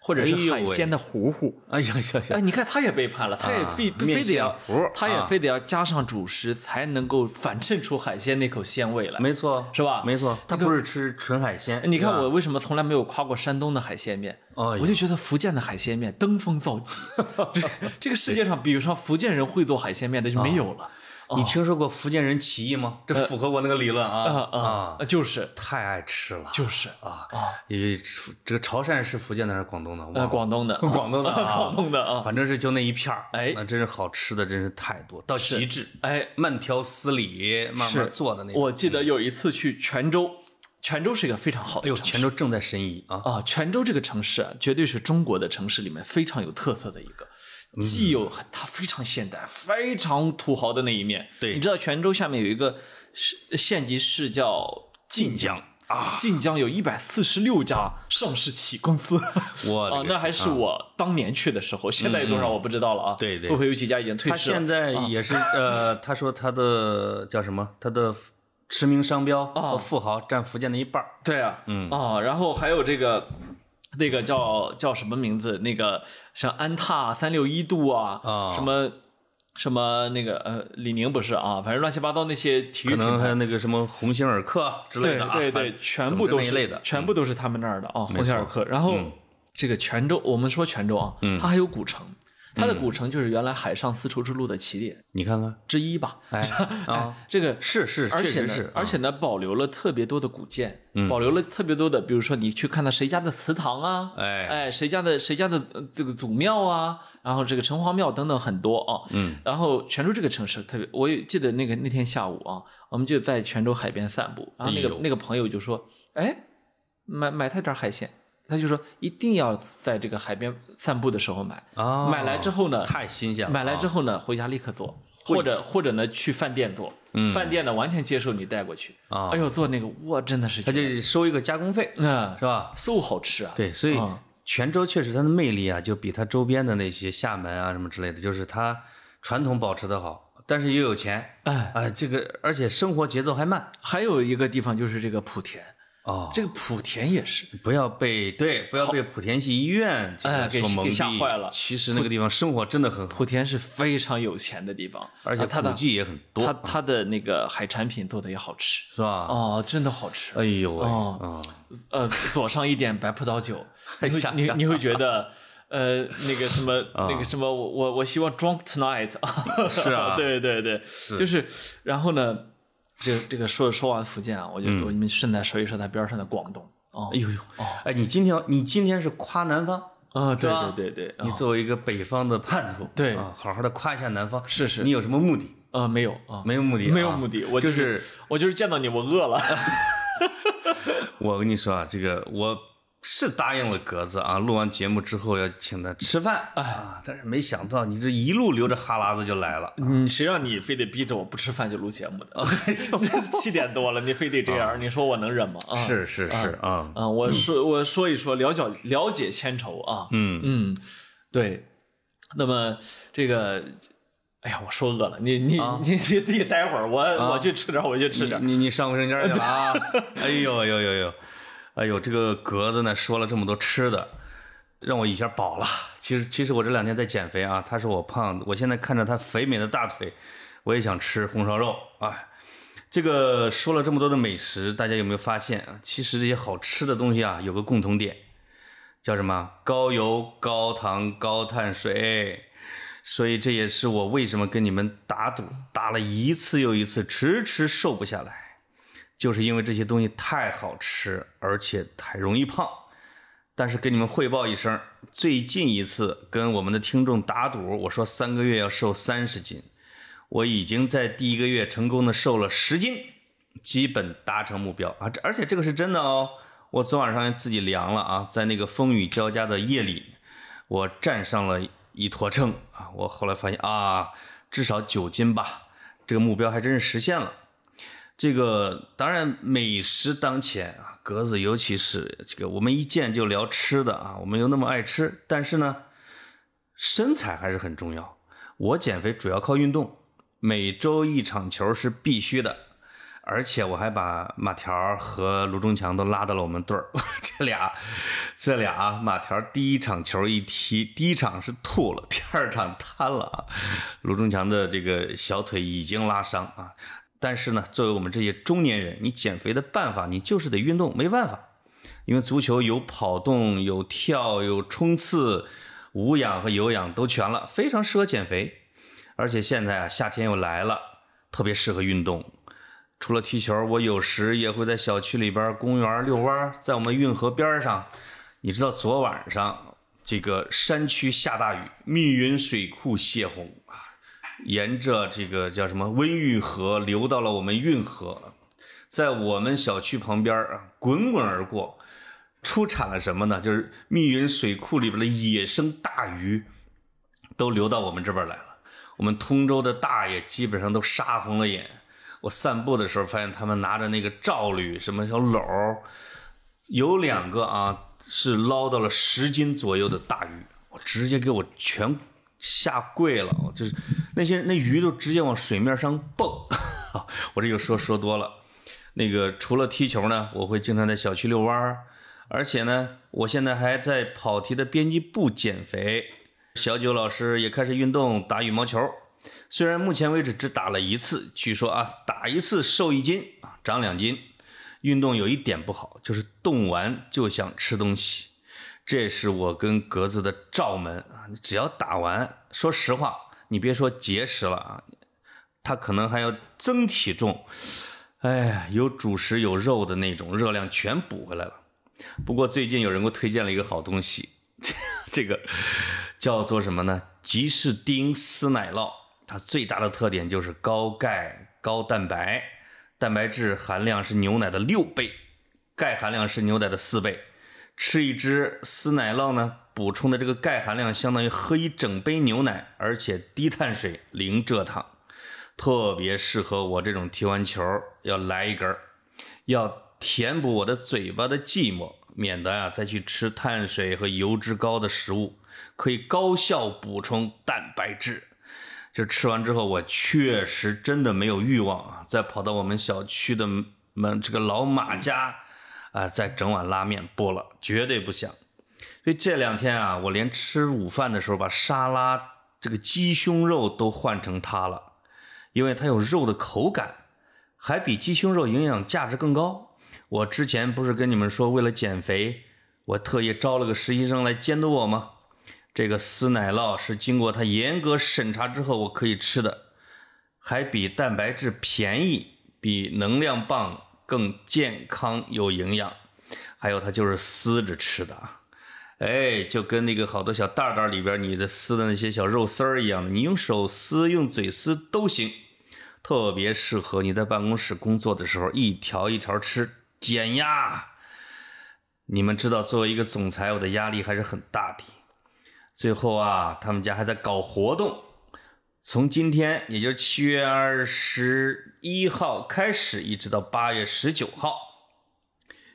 S1: 或者是
S2: 哎呦
S1: 海
S2: 喂
S1: 鲜的糊糊。
S2: 哎呀呀
S1: 哎，
S2: 呀，
S1: 你看他也背叛了，他也非、
S2: 啊
S1: 非
S2: 面
S1: 得
S2: 线
S1: 要
S2: 糊，
S1: 他也
S2: 啊
S1: 非得要加上主食，才能够反衬出海鲜那口鲜味来。
S2: 没错，
S1: 是吧哎
S2: 没错，他不是吃纯海鲜，
S1: 你看
S2: 是吧
S1: 我为什么从来没有夸过山东的海鲜面？
S2: 哎呦
S1: 我就觉得福建的海鲜面登峰造 极，这这个世界上比不上福建人会做海鲜面的就没有了。
S2: 你听说过福建人起义吗？
S1: 呃
S2: 这符合我那个理论
S1: 啊
S2: 啊
S1: 啊，就是
S2: 太爱吃了，
S1: 就是，
S2: 啊啊！因为福这个潮汕人是福建的还是广东的？
S1: 呃，
S2: 忘了
S1: 广 东的，
S2: 广东的啊，
S1: 广东的啊，
S2: 反正是就那一片儿，
S1: 哎
S2: 那真是好吃的，真是太多，到极致，
S1: 哎，
S2: 慢条斯理，慢
S1: 是
S2: 慢做的那种。
S1: 我记得有一次去泉州，泉州是一个非常好
S2: 哎
S1: 的
S2: 呦，
S1: 城市。
S2: 泉州正在申遗啊，
S1: 啊，泉州这个城市啊，绝对是中国的城市里面非常有特色的一个，
S2: 嗯
S1: 既有它非常现代、非常土豪的那一面。
S2: 对
S1: 你知道泉州下面有一个市县级市叫晋江。啊，晋江有一百四十六家上市企公司，
S2: 我的
S1: 啊
S2: 个，嗯
S1: 那还是我当年去的时候，现在有多少我不知道了啊。
S2: 对对
S1: 会不会有几家已经退
S2: 他
S1: 市了啊
S2: 现？在也是呃，他说他的叫什么？他的驰名商标
S1: 哦
S2: 和富豪占福建的一半儿
S1: 对啊，嗯啊，然后还有这个那个叫叫什么名字？那个像安踏三六一度啊，
S2: 啊
S1: 什么什么那个呃，李宁不是啊，反正乱七八糟那些体育
S2: 可能
S1: 品
S2: 还有
S1: 牌。
S2: 那个什么鸿星尔克之类
S1: 对
S2: 的啊，
S1: 对对，全部
S2: 总之
S1: 都
S2: 那
S1: 是
S2: 一类的，嗯
S1: 全部都是他们那儿的啊，鸿星尔克。然后这个泉州，我们说泉州啊，
S2: 嗯
S1: 它还有古城，它的古城就是原来海上丝绸之路的起点
S2: 你看 看，
S1: 之一吧。
S2: 哎啊，
S1: 这个
S2: 是是，
S1: 而且
S2: 确
S1: 呢
S2: 实是，啊嗯
S1: 而且呢，保留了特别多的古建，保留了特别多的，比如说你去看到谁家的祠堂啊，
S2: 哎
S1: 谁家的谁家的呃这个祖庙啊，然后这个城隍庙等等很多啊，嗯，然后泉州这个城市特别，我也记得那个那天下午啊，我们就在泉州海边散步，然后那个、
S2: 哎呦
S1: 那个朋友就说，哎，买买他点海鲜。他就说一定要在这个海边散步的时候买，
S2: 啊，
S1: 买来之后呢，
S2: 太新鲜了，
S1: 买来之
S2: 后
S1: 后呢，回家立刻做，或者或者呢去饭店做，饭店呢完全接受你带过去。
S2: 嗯啊
S1: 哎呦，做那个我真的是
S2: 他
S1: 觉得，
S2: 就收一个加工费，
S1: 嗯，
S2: 是吧？
S1: so 好吃啊。
S2: 对，所以
S1: 啊
S2: 泉州确实它的魅力啊，就比它周边的那些厦门啊什么之类的，就是它传统保持的好，但是又有钱，
S1: 哎
S2: 啊，这个而且生活节奏还慢
S1: 还有一个地方就是这个莆田，
S2: 哦，
S1: 这个莆田也是，
S2: 不要被对，不要被莆田系医院这
S1: 哎
S2: 个
S1: 给
S2: 所蒙
S1: 给
S2: 蔽，
S1: 吓坏了
S2: 其实那个地方生活真的很好，
S1: 莆田是非常有钱的地方，
S2: 而且
S1: 啊它的
S2: 古迹也很多，啊
S1: 它它的那个海产品做的也好吃。
S2: 是吧？
S1: 哦，真的好吃。
S2: 哎呦喂，
S1: 哦
S2: 啊，
S1: 呃，左上一点白葡萄酒，你
S2: 吓
S1: 会你
S2: 吓啊
S1: 你会觉 得，呃，那个什么，那个什么，我我我希望 drunk tonight
S2: 是 啊
S1: 对对对，就是，然后呢，这这个说说完福建啊，我就
S2: 嗯
S1: 我们顺带说一说它边上的广东哦
S2: 哎，呦呦，哎，你今天你今天是夸南方。
S1: 啊，对
S2: 哎是吧
S1: 对对对，
S2: 你
S1: 哦
S2: 作为一个北方的叛徒，
S1: 对
S2: 啊，好好的夸一下南方，
S1: 是是
S2: 你有什么目的？
S1: 呃没有啊，
S2: 没有目的啊，
S1: 没有目的，我
S2: 就是
S1: 我就是见到你我饿 了，
S2: 我跟你说啊，这个我是答应了格子啊，录完节目之后要请他吃饭
S1: 哎
S2: 啊，但是没想到你这一路流着哈喇子就来了。
S1: 嗯，谁让你非得逼着我不吃饭就录节目 的？这 七点多了，你非得这样，你说我能忍吗？啊，
S2: 是是是啊，
S1: 啊，我说我说一说了解了解千愁啊，
S2: 嗯，
S1: 嗯，对，那么这个，哎呀，我说饿了，你你、
S2: 啊
S1: 你你自己待会儿，我、我去吃点儿，我去吃点儿，
S2: 你你上卫生间去了啊？ 哎呦呦呦呦，哎呦，这个格子呢说了这么多吃的，让我一下饱了。其实其实我这两天在减肥啊，他说我胖，我现在看着他肥美的大腿，我也想吃红烧肉啊。哎这个说了这么多的美食，大家有没有发现啊？其实这些好吃的东西啊，有个共同点，叫什么？高油、高糖、高碳水。所以这也是我为什么跟你们打赌，打了一次又一次，迟迟瘦不下来，就是因为这些东西太好吃，而且太容易胖。但是跟你们汇报一声，最近一次跟我们的听众打赌，我说三个月要瘦三十斤，我已经在第一个月成功的瘦了十斤，基本达成目标啊！这而且这个是真的哦，我昨晚上自己量了啊，在那个风雨交加的夜里，我站上了一坨秤啊！我后来发现啊，至少九斤吧，这个目标还真是实现了。这个当然美食当前啊，格子尤其是这个，我们一见就聊吃的啊，我们又那么爱吃，但是呢，身材还是很重要。我减肥主要靠运动，每周一场球是必须的，而且我还把马条儿和卢中强都拉到了我们队儿。 这俩， 这俩啊，马条儿第一场球一踢，第一场是吐了，第二场瘫了啊。卢中强的这个小腿已经拉伤啊，但是呢，作为我们这些中年人，你减肥的办法，你就是得运动，没办法。因为足球有跑动、有跳、有冲刺，无氧和有氧都全了，非常适合减肥。而且现在啊，夏天又来了，特别适合运动。除了踢球，我有时也会在小区里边、公园遛弯儿，在我们运河边上。你知道昨晚上这个山区下大雨，密云水库泄洪啊，沿着这个叫什么温榆河流到了我们运河，在我们小区旁边儿啊滚滚而过，出产了什么呢？就是密云水库里边的野生大鱼，都流到我们这边来了。我们通州的大爷基本上都杀红了眼。我散步的时候发现他们拿着那个罩吕、什么小篓儿，有两个啊是捞到了十斤左右的大鱼，我直接给我全下跪了，我就是那些那鱼都直接往水面上蹦。 我这个说说多了。那个除了踢球呢，我会经常在小区遛弯儿，而且呢，我现在还在跑题的编辑部减肥。小九老师也开始运动，打羽毛球。虽然目前为止只打了一次，据说啊，打一次瘦一斤啊，长两斤。运动有一点不好，就是动完就想吃东西，这是我跟格子的罩门啊。你只要打完，说实话，你别说节食了啊，它可能还要增体重。哎呀，有主食有肉的那种，热量全补回来了。不过最近有人给我推荐了一个好东西，这个叫做什么呢？吉士丁丝奶酪，它最大的特点就是高钙、高蛋白，蛋白质含量是牛奶的六倍，钙含量是牛奶的四倍。吃一只丝奶酪呢，补充的这个钙含量相当于喝一整杯牛奶，而且低碳水、零蔗糖，特别适合我这种踢完球要来一根儿，要填补我的嘴巴的寂寞，免得啊再去吃碳水和油脂高的食物，可以高效补充蛋白质。就吃完之后，我确实真的没有欲望啊，再跑到我们小区的门这个老马家。啊，再整碗拉面不了，绝对不香。所以这两天啊，我连吃午饭的时候把沙拉这个鸡胸肉都换成它了，因为它有肉的口感，还比鸡胸肉营养价值更高。我之前不是跟你们说，为了减肥，我特意招了个实习生来监督我吗？这个丝奶酪是经过他严格审查之后我可以吃的，还比蛋白质便宜，比能量棒。更健康有营养，还有它就是撕着吃的啊，哎，就跟那个好多小袋袋里边你的撕的那些小肉丝儿一样的，你用手撕、用嘴撕都行，特别适合你在办公室工作的时候一条一条吃，减压。你们知道，作为一个总裁，我的压力还是很大的。最后啊，他们家还在搞活动。从今天，也就是七月二十一号开始，一直到八月十九号，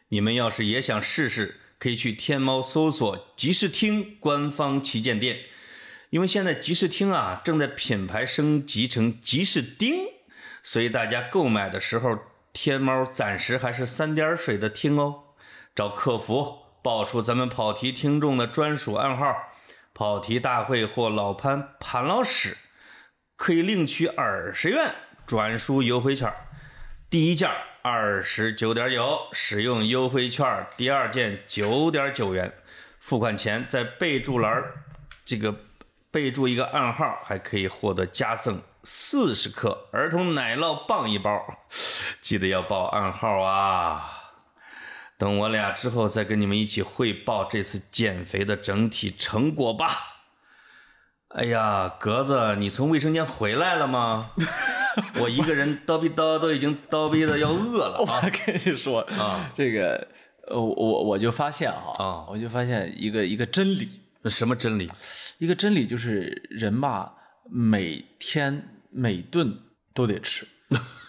S2: 你们要是也想试试，可以去天猫搜索“集市厅”官方旗舰店，因为现在集市厅啊正在品牌升级成集市町，所以大家购买的时候，天猫暂时还是三点水的厅哦。找客服报出咱们跑题听众的专属暗号“跑题大会”或“老潘潘老师”。可以另取二十元转输优惠券，第一件二十九点九，使用优惠券第二件九点九元，付款前在备注栏这个备注一个暗号，还可以获得加赠四十克儿童奶酪棒一包，记得要报暗号啊！等我俩之后再跟你们一起汇报这次减肥的整体成果吧。哎呀，格子，你从卫生间回来了 吗？我一个人叨逼叨都已经叨逼的要饿了
S1: 我跟你说
S2: 啊
S1: 这个呃，我我我就发现哈，
S2: 啊
S1: 我就发现一个一个真理，
S2: 啊！什么真理？
S1: 一个真理就是人吧，每天每顿都得 吃，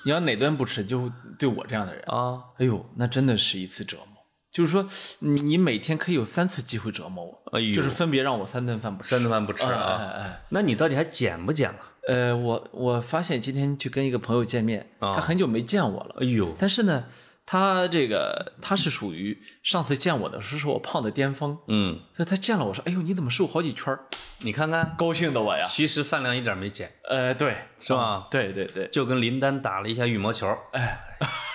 S1: 你要哪顿不吃，就对我这样的人，
S2: 啊，
S1: 哎呦，那真的是一次折磨。就是说，你你每天可以有三次机会折磨我，
S2: 哎呦
S1: 就是分别让我三顿饭不吃，
S2: 三顿饭不吃
S1: 哎
S2: 啊？
S1: 哎哎，
S2: 那你到底还减不减啊了？
S1: 呃，我我发现今天去跟一个朋友见面，
S2: 啊
S1: 他很久没见我了，
S2: 哎呦，
S1: 但是呢，他这个他是属于上次见我的时候是我胖的巅峰，
S2: 嗯，
S1: 所以他见了我说，哎呦，你怎么瘦好几圈儿？
S2: 你看看，
S1: 高兴的我呀，
S2: 其实饭量一点没减，
S1: 呃，对，
S2: 是吧？
S1: 对对对，
S2: 就跟林丹打了一下羽毛球，哎，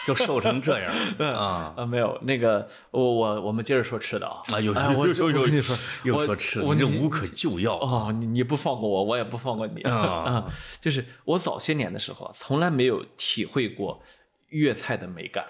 S2: 就瘦成这样 啊！
S1: 啊，没有那个，我我我们接着说吃的啊，
S2: 哎呦，
S1: 哎我
S2: 又又
S1: 我
S2: 又
S1: 跟你
S2: 又
S1: 说
S2: 又
S1: 我
S2: 说吃的，
S1: 我
S2: 你这
S1: 你
S2: 无可救药
S1: 哦，你你不放过我，我也不放过你
S2: 啊！
S1: 嗯就是我早些年的时候啊，从来没有体会过粤菜的美感，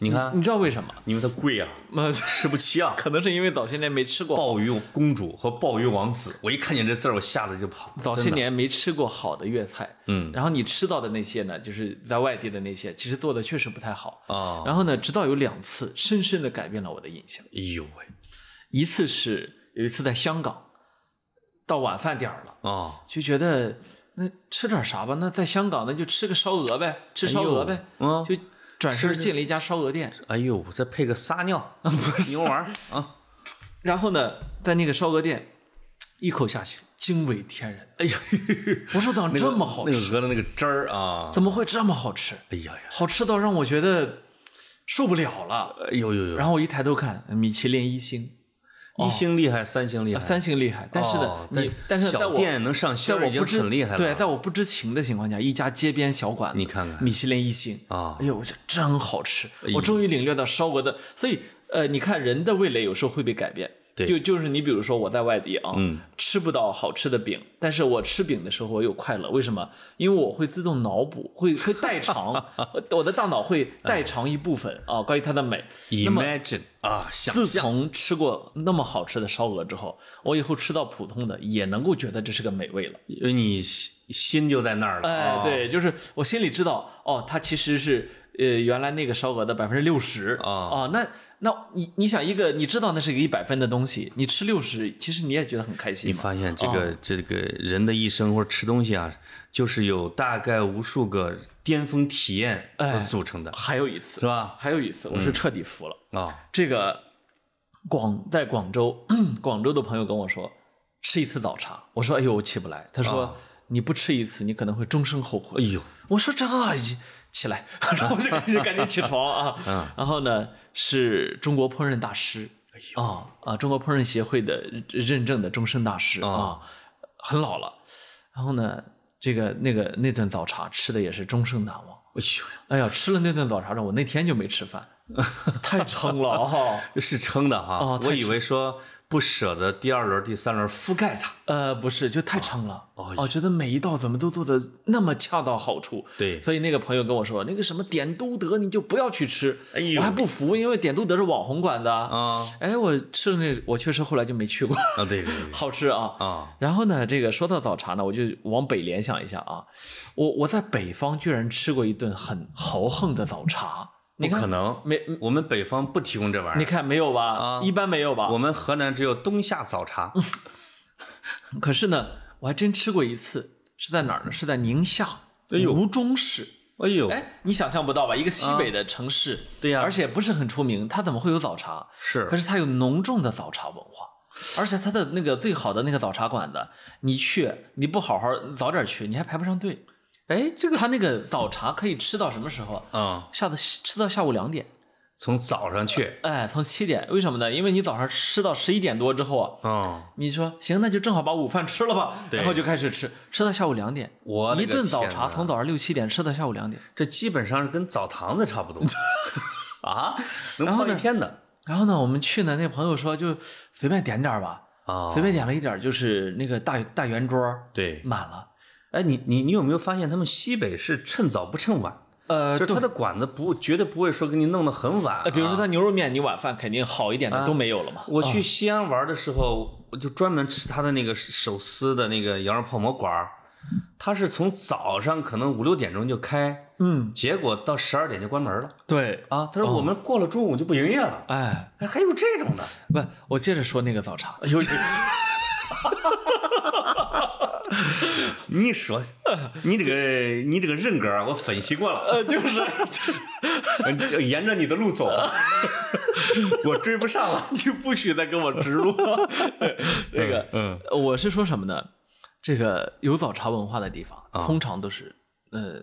S2: 你看，
S1: 你知道为什么？
S2: 因为它贵啊，
S1: 呃，
S2: 吃不起啊。
S1: 可能是因为早些年没吃过，
S2: 鲍鱼公主和鲍鱼王子，我一看见这字儿，我吓得就跑。
S1: 早些
S2: 真的，
S1: 年没吃过好的粤菜，
S2: 嗯
S1: 然后你吃到的那些呢，就是在外地的那些，其实做的确实不太好。
S2: 啊，
S1: 然后呢，直到有两次深深的改变了我的印象。
S2: 哎呦喂，
S1: 一次是有一次在香港，到晚饭点儿了，
S2: 啊，
S1: 就觉得那吃点啥吧，那在香港那就吃个烧鹅呗，吃烧鹅呗，
S2: 哎呦嗯
S1: 就转身进了一家烧鹅店。
S2: 哎呦，我再配个撒尿牛丸儿 啊，
S1: 然后呢，在那个烧鹅店一口下去，惊为天人。
S2: 哎呀，
S1: 我说咋这么好
S2: 那
S1: 吃？
S2: 个鹅的那个汁儿啊，
S1: 怎么会这么好吃？
S2: 哎呀呀，
S1: 好吃到让我觉得受不了了。
S2: 哎呦呦呦，
S1: 然后我一抬头看，米其林一星，
S2: 一星厉害，三星厉
S1: 啊
S2: 害，
S1: 三星厉害，但是呢，
S2: 哦
S1: 你但是在
S2: 小
S1: 我
S2: 店能上
S1: 在
S2: 星儿
S1: 我
S2: 已
S1: 不
S2: 经
S1: 知
S2: 很厉害了，啊
S1: 对，在我不知情的情况下，一家街边小馆子，
S2: 你看看
S1: 米其林一星
S2: 啊哎
S1: 哎呦，这真好吃！
S2: 呦
S1: 我终于领略到烧鹅的，所以呃，你看人的味蕾有时候会被改变。
S2: 对
S1: 就就是你比如说我在外地啊，
S2: 嗯
S1: 吃不到好吃的饼，但是我吃饼的时候我有快乐，为什么？因为我会自动脑补，会会代 偿，我的大脑会代偿一部分啊，关于它的美。那么
S2: ，imagine 啊，想
S1: 自
S2: 象
S1: 从吃过那么好吃的烧鹅之后，我以后吃到普通的也能够觉得这是个美味了。
S2: 因为你心心就在那儿了，
S1: 哎，哦
S2: 啊，
S1: 对，就是我心里知道，哦，它其实是呃，原来那个烧鹅的百分之六十
S2: 啊
S1: 啊，那那你你想一个你知道那是一个一百分的东西，你吃六十，其实你也觉得很开
S2: 你
S1: 心嘛。
S2: 发现这个、
S1: 哦
S2: 这个人的一生或者吃东西啊，就是有大概无数个巅峰体验
S1: 哎
S2: 所组成的，
S1: 还有一次
S2: 是，吧？
S1: 还有一次，我是彻底服了。
S2: 啊、
S1: 这个广在广州， 广州的朋友跟我说，吃一次早茶，我说哎呦我起不来，他说、
S2: 啊
S1: 你不吃一次，你可能会终生后悔。
S2: 哎呦，
S1: 我说这 起来， 然后我就赶紧赶紧起床啊。然后呢，是中国烹饪大师啊啊，中国烹饪协会的认证的终身大师啊，很老了。然后呢，这个那个那顿早茶吃的也是终生难忘。
S2: 哎
S1: 哎呀，吃了那顿早茶之后，我那天就没吃饭，太撑了啊。
S2: 呦，是撑的哈、
S1: 哦太
S2: 我以为说不舍得第二轮、第三轮覆盖它。
S1: 呃，不是，就太撑了。
S2: 哦
S1: 哦，觉得每一道怎么都做的那么恰到好处。
S2: 对
S1: 所以那个朋友跟我说，那个什么点都德你就不要去吃。
S2: 哎呦
S1: 我还不服，因为点都德是网红馆的。
S2: 啊
S1: 哎，我吃了那，我确实后来就没去过，
S2: 啊，对对对
S1: 好吃啊。
S2: 啊，
S1: 然后呢，这个说到早茶呢，我就往北联想一下啊，我我在北方居然吃过一顿很豪横的早茶，你
S2: 不
S1: 看
S2: 可能，
S1: 没？
S2: 我们北方不提供这玩意
S1: 你
S2: 儿，
S1: 看没有吧？
S2: 啊
S1: 一般没有吧？
S2: 我们河南只有冬夏早茶。
S1: 嗯可是呢，我还真吃过一次，是在哪儿呢？是在宁夏
S2: 哎呦
S1: 吴忠市。
S2: 哎呦，
S1: 哎，你想象不到吧？一个西北的城市，
S2: 对呀
S1: 而且不是很出名，它怎么会有早茶？
S2: 是
S1: 可是它有浓重的早茶文化，而且它的那个最好的那个早茶馆子，你去你不好好早点去，你还排不上队。
S2: 哎，这个
S1: 它那个早茶可以吃到什么时候？
S2: 啊、
S1: 下到吃到下午两点，
S2: 从早上去，
S1: 哎，从七点，为什么呢？因为你早上吃到十一点多之后啊，
S2: 嗯，
S1: 你说行，那就正好把午饭吃了吧，
S2: 对
S1: 然后就开始吃，吃到下午两点，
S2: 我的
S1: 一
S2: 个
S1: 顿早
S2: 天
S1: 茶
S2: 哪
S1: 从早上六七点吃到下午两点，
S2: 这基本上是跟澡堂子差不多 啊，能
S1: 然后
S2: 泡一
S1: 呢
S2: 天的
S1: 然后呢，我们去呢，那朋友说就随便点点儿吧，
S2: 啊
S1: 随便点了一点儿，就是那个大大圆桌儿
S2: 对，
S1: 满了，
S2: 哎，你你你有没有发现他们西北是趁早不趁晚？
S1: 呃，
S2: 就是
S1: 对
S2: 他的馆子不绝对不会说给你弄得很晚、啊
S1: 呃，比如说，哦他牛肉面，你晚饭肯定好一点的都没有了嘛。
S2: 我去西安玩的时候，我就专门吃他的那个手撕的那个羊肉泡馍馆儿，他是从早上可能五六点钟就开，
S1: 嗯，哦
S2: 结果到十二点就关门了
S1: 对，
S2: 啊。他说我们过了中午就不营业了，
S1: 哎，
S2: 哎，还有这种的，
S1: 不，我接着说那个早茶，
S2: 哎呦，你说你这个你这个人格啊，我分析过了，
S1: 呃，就是，
S2: 嗯就沿着你的路 走，我追不上了。
S1: 你不许再跟我植 入这个，
S2: 嗯，
S1: 呃我是说什么呢？这个有早茶文化的地方，
S2: 啊
S1: 通常都是呃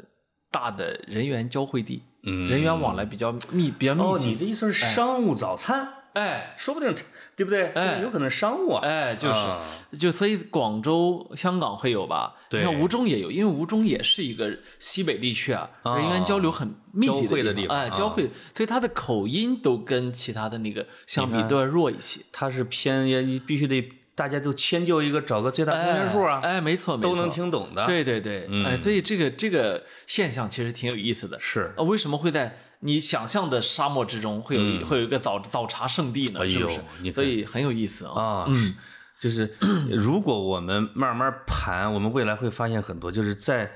S1: 大的人员交汇地，
S2: 嗯
S1: 人员往来比较密，比较密
S2: 哦，
S1: 集。
S2: 你的意思是商务早餐，
S1: 哎
S2: 说不定对不对？
S1: 哎
S2: 有可能商务啊。
S1: 哎，就是、
S2: 啊
S1: 就所以广州、香港会有吧？
S2: 对
S1: 你看吴中也有，因为吴中也是一个西北地区啊，
S2: 啊
S1: 人员交流很密集
S2: 交汇的地方
S1: 哎，
S2: 啊
S1: 交汇，所以它的口音都跟其他的那个相比都要弱一些。
S2: 他是偏也你必须得大家都迁就一个，找个最大公
S1: 哎
S2: 约数啊，
S1: 哎，没错，没错，
S2: 都能听懂的。，
S1: 对对对，
S2: 嗯
S1: 哎，所以这个这个现象其实挺有意思的。
S2: 是。
S1: 啊，为什么会在你想象的沙漠之中会有一、会有一个早早茶圣地
S2: 嗯哎
S1: 呢？
S2: 呦
S1: 是不是？
S2: 你看
S1: 所以很有意思啊。
S2: 啊，是就是如果我们慢慢盘，我们未来会发现很多，就是在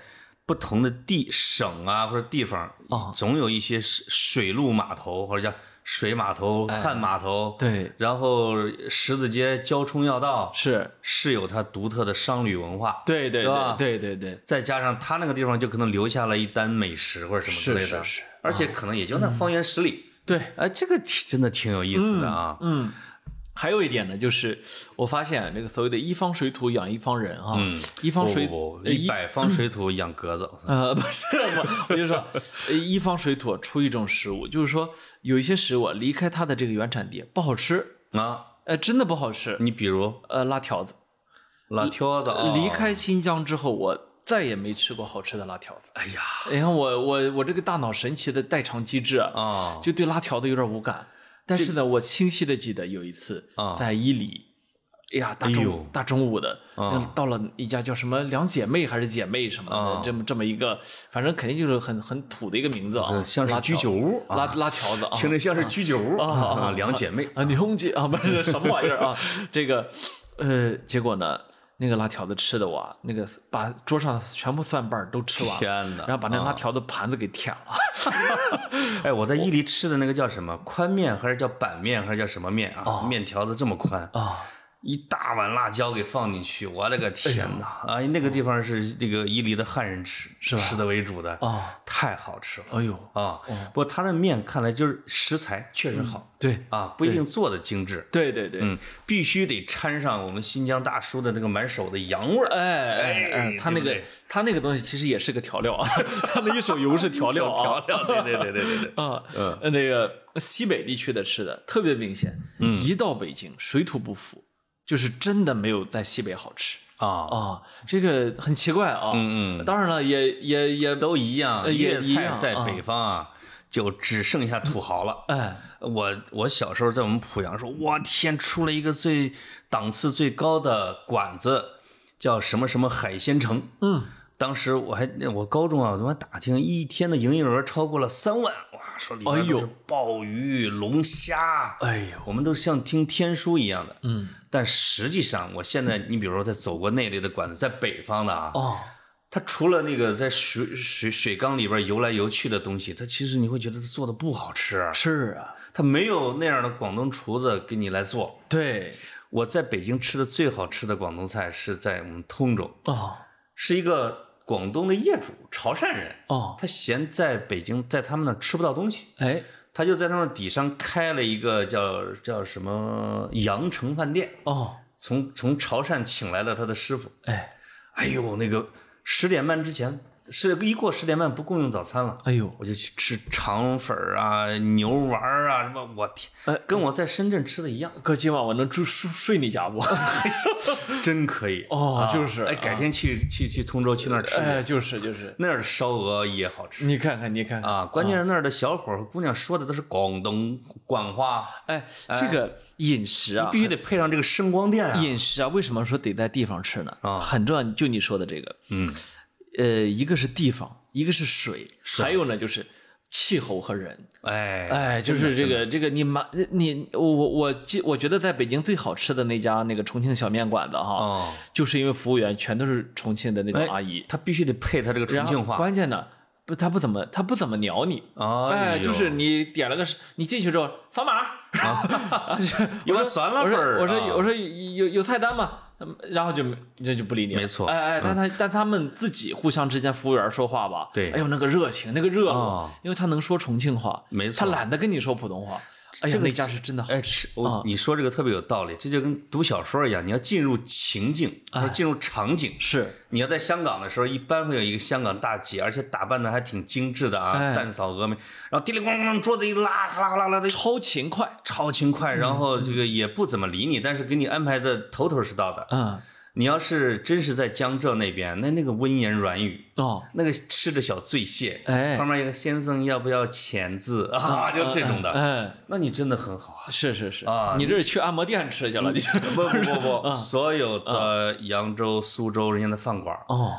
S2: 不同的地省啊或者地方
S1: 啊
S2: 总有一些水水路码头或者叫水码头、旱码头，，
S1: 哎对，
S2: 然后十字街交通要道
S1: 是，
S2: 是有它独特的商旅文化，，
S1: 对对
S2: 是吧
S1: 对对对对，
S2: 再加上它那个地方就可能留下了一单美食或者什么之类的，
S1: 是是是啊嗯
S2: 而且可能也就那方圆十里，
S1: 对，
S2: 哎，这个挺真的挺有意思的啊，
S1: 嗯。还有一点呢，就是我发现这个所谓的“一方水土养一方人”哈，一方
S2: 不
S1: 水
S2: 嗯不不，
S1: 呃
S2: 一
S1: 一
S2: 百方水土养格子，
S1: 呃，不是我，我就说，呃一方水土出一种食物，就是说有一些食物啊离开它的这个原产地不好吃，
S2: 啊，
S1: 呃，真的不好吃。
S2: 你比如
S1: 呃，拉条子，
S2: 辣条子啊，
S1: 离，开新疆之后，我再也没吃过好吃的拉条子。
S2: 哎呀
S1: 你看我我我这个大脑神奇的代偿机制啊，
S2: 啊，
S1: 就对拉条子有点无感。但是呢，我清晰的记得有一次
S2: 啊
S1: 在伊犁，哎呀，大
S2: 哎
S1: 中、
S2: 呦
S1: 大中午的，
S2: 啊
S1: 到了一家叫什么两姐妹还是姐妹什么的，
S2: 啊
S1: 这么这么一个，反正肯定就是很很土的一个名字啊，
S2: 呃像
S1: 拉
S2: 是居
S1: 条
S2: 酒屋
S1: 拉
S2: 啊，
S1: 拉条 子啊，
S2: 听着像是居酒屋啊，两姐妹
S1: 啊，你红姐啊，不是什么玩意儿 啊，这个，呃，结果呢，那个拉条子吃的我啊，那个把桌上全部蒜瓣儿都吃完了，
S2: 天哪
S1: 然后把那拉条子盘子给舔了，
S2: 哎，我在伊犁吃的那个叫什么宽面，还是叫板面，还是叫什么面啊？面条子这么宽
S1: 啊，
S2: 一大碗辣椒给放进去，我的个天哪！哎，那个地方是这个伊犁的汉人吃
S1: 是吧
S2: 吃的为主的
S1: 啊，
S2: 太好吃了
S1: 哎呦，
S2: 啊！不过他的面看来就是食材确实好
S1: 对
S2: 啊，不一定做的精致，
S1: 对对对，
S2: 嗯，必须得掺上我们新疆大叔的那个满手的洋味儿，
S1: 哎哎哎
S2: 哎，
S1: 他那个
S2: 对不对
S1: 他那个东西其实也是个调料啊， 他那一手油是调料
S2: 手调
S1: 啊
S2: 料，对对对对对对。
S1: 啊，
S2: 嗯
S1: 呃那个西北地区的吃的特别明显，
S2: 嗯
S1: 一到北京水土不服，就是真的没有在西北好吃
S2: 啊，
S1: 啊，这个很奇怪啊，
S2: 嗯嗯
S1: 当然了，也也也
S2: 都一样，
S1: 呃也
S2: 粤
S1: 一
S2: 菜
S1: 样
S2: 在
S1: 啊
S2: 北方啊，就只剩下土豪了。
S1: 哎
S2: 我我小时候在我们濮阳说，我天，出了一个最档次最高的馆子，叫什么什么海鲜城。
S1: 嗯，
S2: 当时我还我高中啊，我他妈打听一天的营业额超过了三万，哇，说里边
S1: 哎呦
S2: 都是鲍鱼、龙虾，
S1: 哎呦
S2: 我们都像听天书一样的。
S1: 嗯
S2: 但实际上，我现在你比如说在走过那类的馆子，在北方的啊，
S1: 哦
S2: 它除了那个在水水水缸里边游来游去的东西，它其实你会觉得它做的不好吃，
S1: 是啊，
S2: 它没有那样的广东厨子给你来做。
S1: 对
S2: 我在北京吃的最好吃的广东菜是在我们通州，
S1: 哦
S2: 是一个广东的业主，潮汕人，
S1: 哦
S2: 他嫌在北京在他们那儿吃不到东西，
S1: 哎
S2: 他就在他们底商开了一个叫叫什么羊城饭店，
S1: 哦
S2: 从从潮汕请来了他的师傅，
S1: 哎
S2: 哎呦，那个十点半之前，是一过十点半不供应早餐了，
S1: 哎呦
S2: 我就去吃肠粉儿啊、牛丸儿啊，什么我天
S1: 哎，
S2: 跟我在深圳吃的一样，
S1: 哥，今晚我能住睡睡你家不？
S2: 哎真可以
S1: 哦
S2: 啊
S1: 就是
S2: 哎，
S1: 啊
S2: 改天去去去通州去那儿吃，
S1: 哎，嗯就是就是，
S2: 那儿的烧鹅也好吃
S1: 你看看你看看
S2: 啊，关键是那儿的小伙儿和姑娘说的都是广东广话，
S1: 哎，这个饮食啊
S2: 必，须得配上这个声光电啊，
S1: 饮食啊，为什么说得在地方吃呢？
S2: 啊
S1: 很重要，就你说的这个，
S2: 嗯，
S1: 呃，一个是地方，一个是水，还有呢就是气候和人。
S2: 哎
S1: 哎，就
S2: 真的
S1: 是这个这个你买你我我我记我觉得在北京最好吃的那家那个重庆小面馆子哈，
S2: 哦，
S1: 就是因为服务员全都是重庆的那种
S2: 哎
S1: 阿姨，
S2: 他必须得配他这个重
S1: 然后
S2: 庆话
S1: 关键呢不他不怎么他不怎么鸟你。
S2: 啊，
S1: 哎，就
S2: 呦
S1: 是你点了个，你进去之后扫码， 啊，
S2: 有点酸辣
S1: 我
S2: 粉
S1: 说
S2: 儿
S1: 我说
S2: 啊
S1: 有我说有有有菜单吗？嗯然后就没就就不理你了，
S2: 没错嗯
S1: 哎哎，但他但他们自己互相之间服务员说话吧，
S2: 对
S1: 哎呦那个热情那个热络
S2: 啊，
S1: 因为他能说重庆话，
S2: 没错
S1: 他懒得跟你说普通话。哎呀，那家是真的好
S2: 哎，
S1: 吃
S2: 是我你说这个特别有道理，这就跟读小说一样，你要进入情境，或者进入场景。
S1: 是
S2: 你要在香港的时候，一般会有一个香港大姐，而且打扮的还挺精致的啊，
S1: 哎
S2: 淡扫峨眉，然后叮里咣啷桌子一拉，哗啦哗啦啦的
S1: 超勤快，
S2: 超勤快，然后这个也不怎么理你，但是给你安排的头头是道的。
S1: 嗯
S2: 你要是真是在江浙那边，那那个温言软语，
S1: 哦，
S2: 那个吃着小醉蟹，
S1: 哎
S2: 旁边一个先生要不要钱字啊，就这种的，
S1: 哎，
S2: 那你真的很好啊。
S1: 是是是
S2: 啊嗯
S1: 你这是去按摩店吃去了，你这
S2: 不不不
S1: 啊
S2: 不，所有的扬州、苏州人家的饭馆儿，
S1: 哦，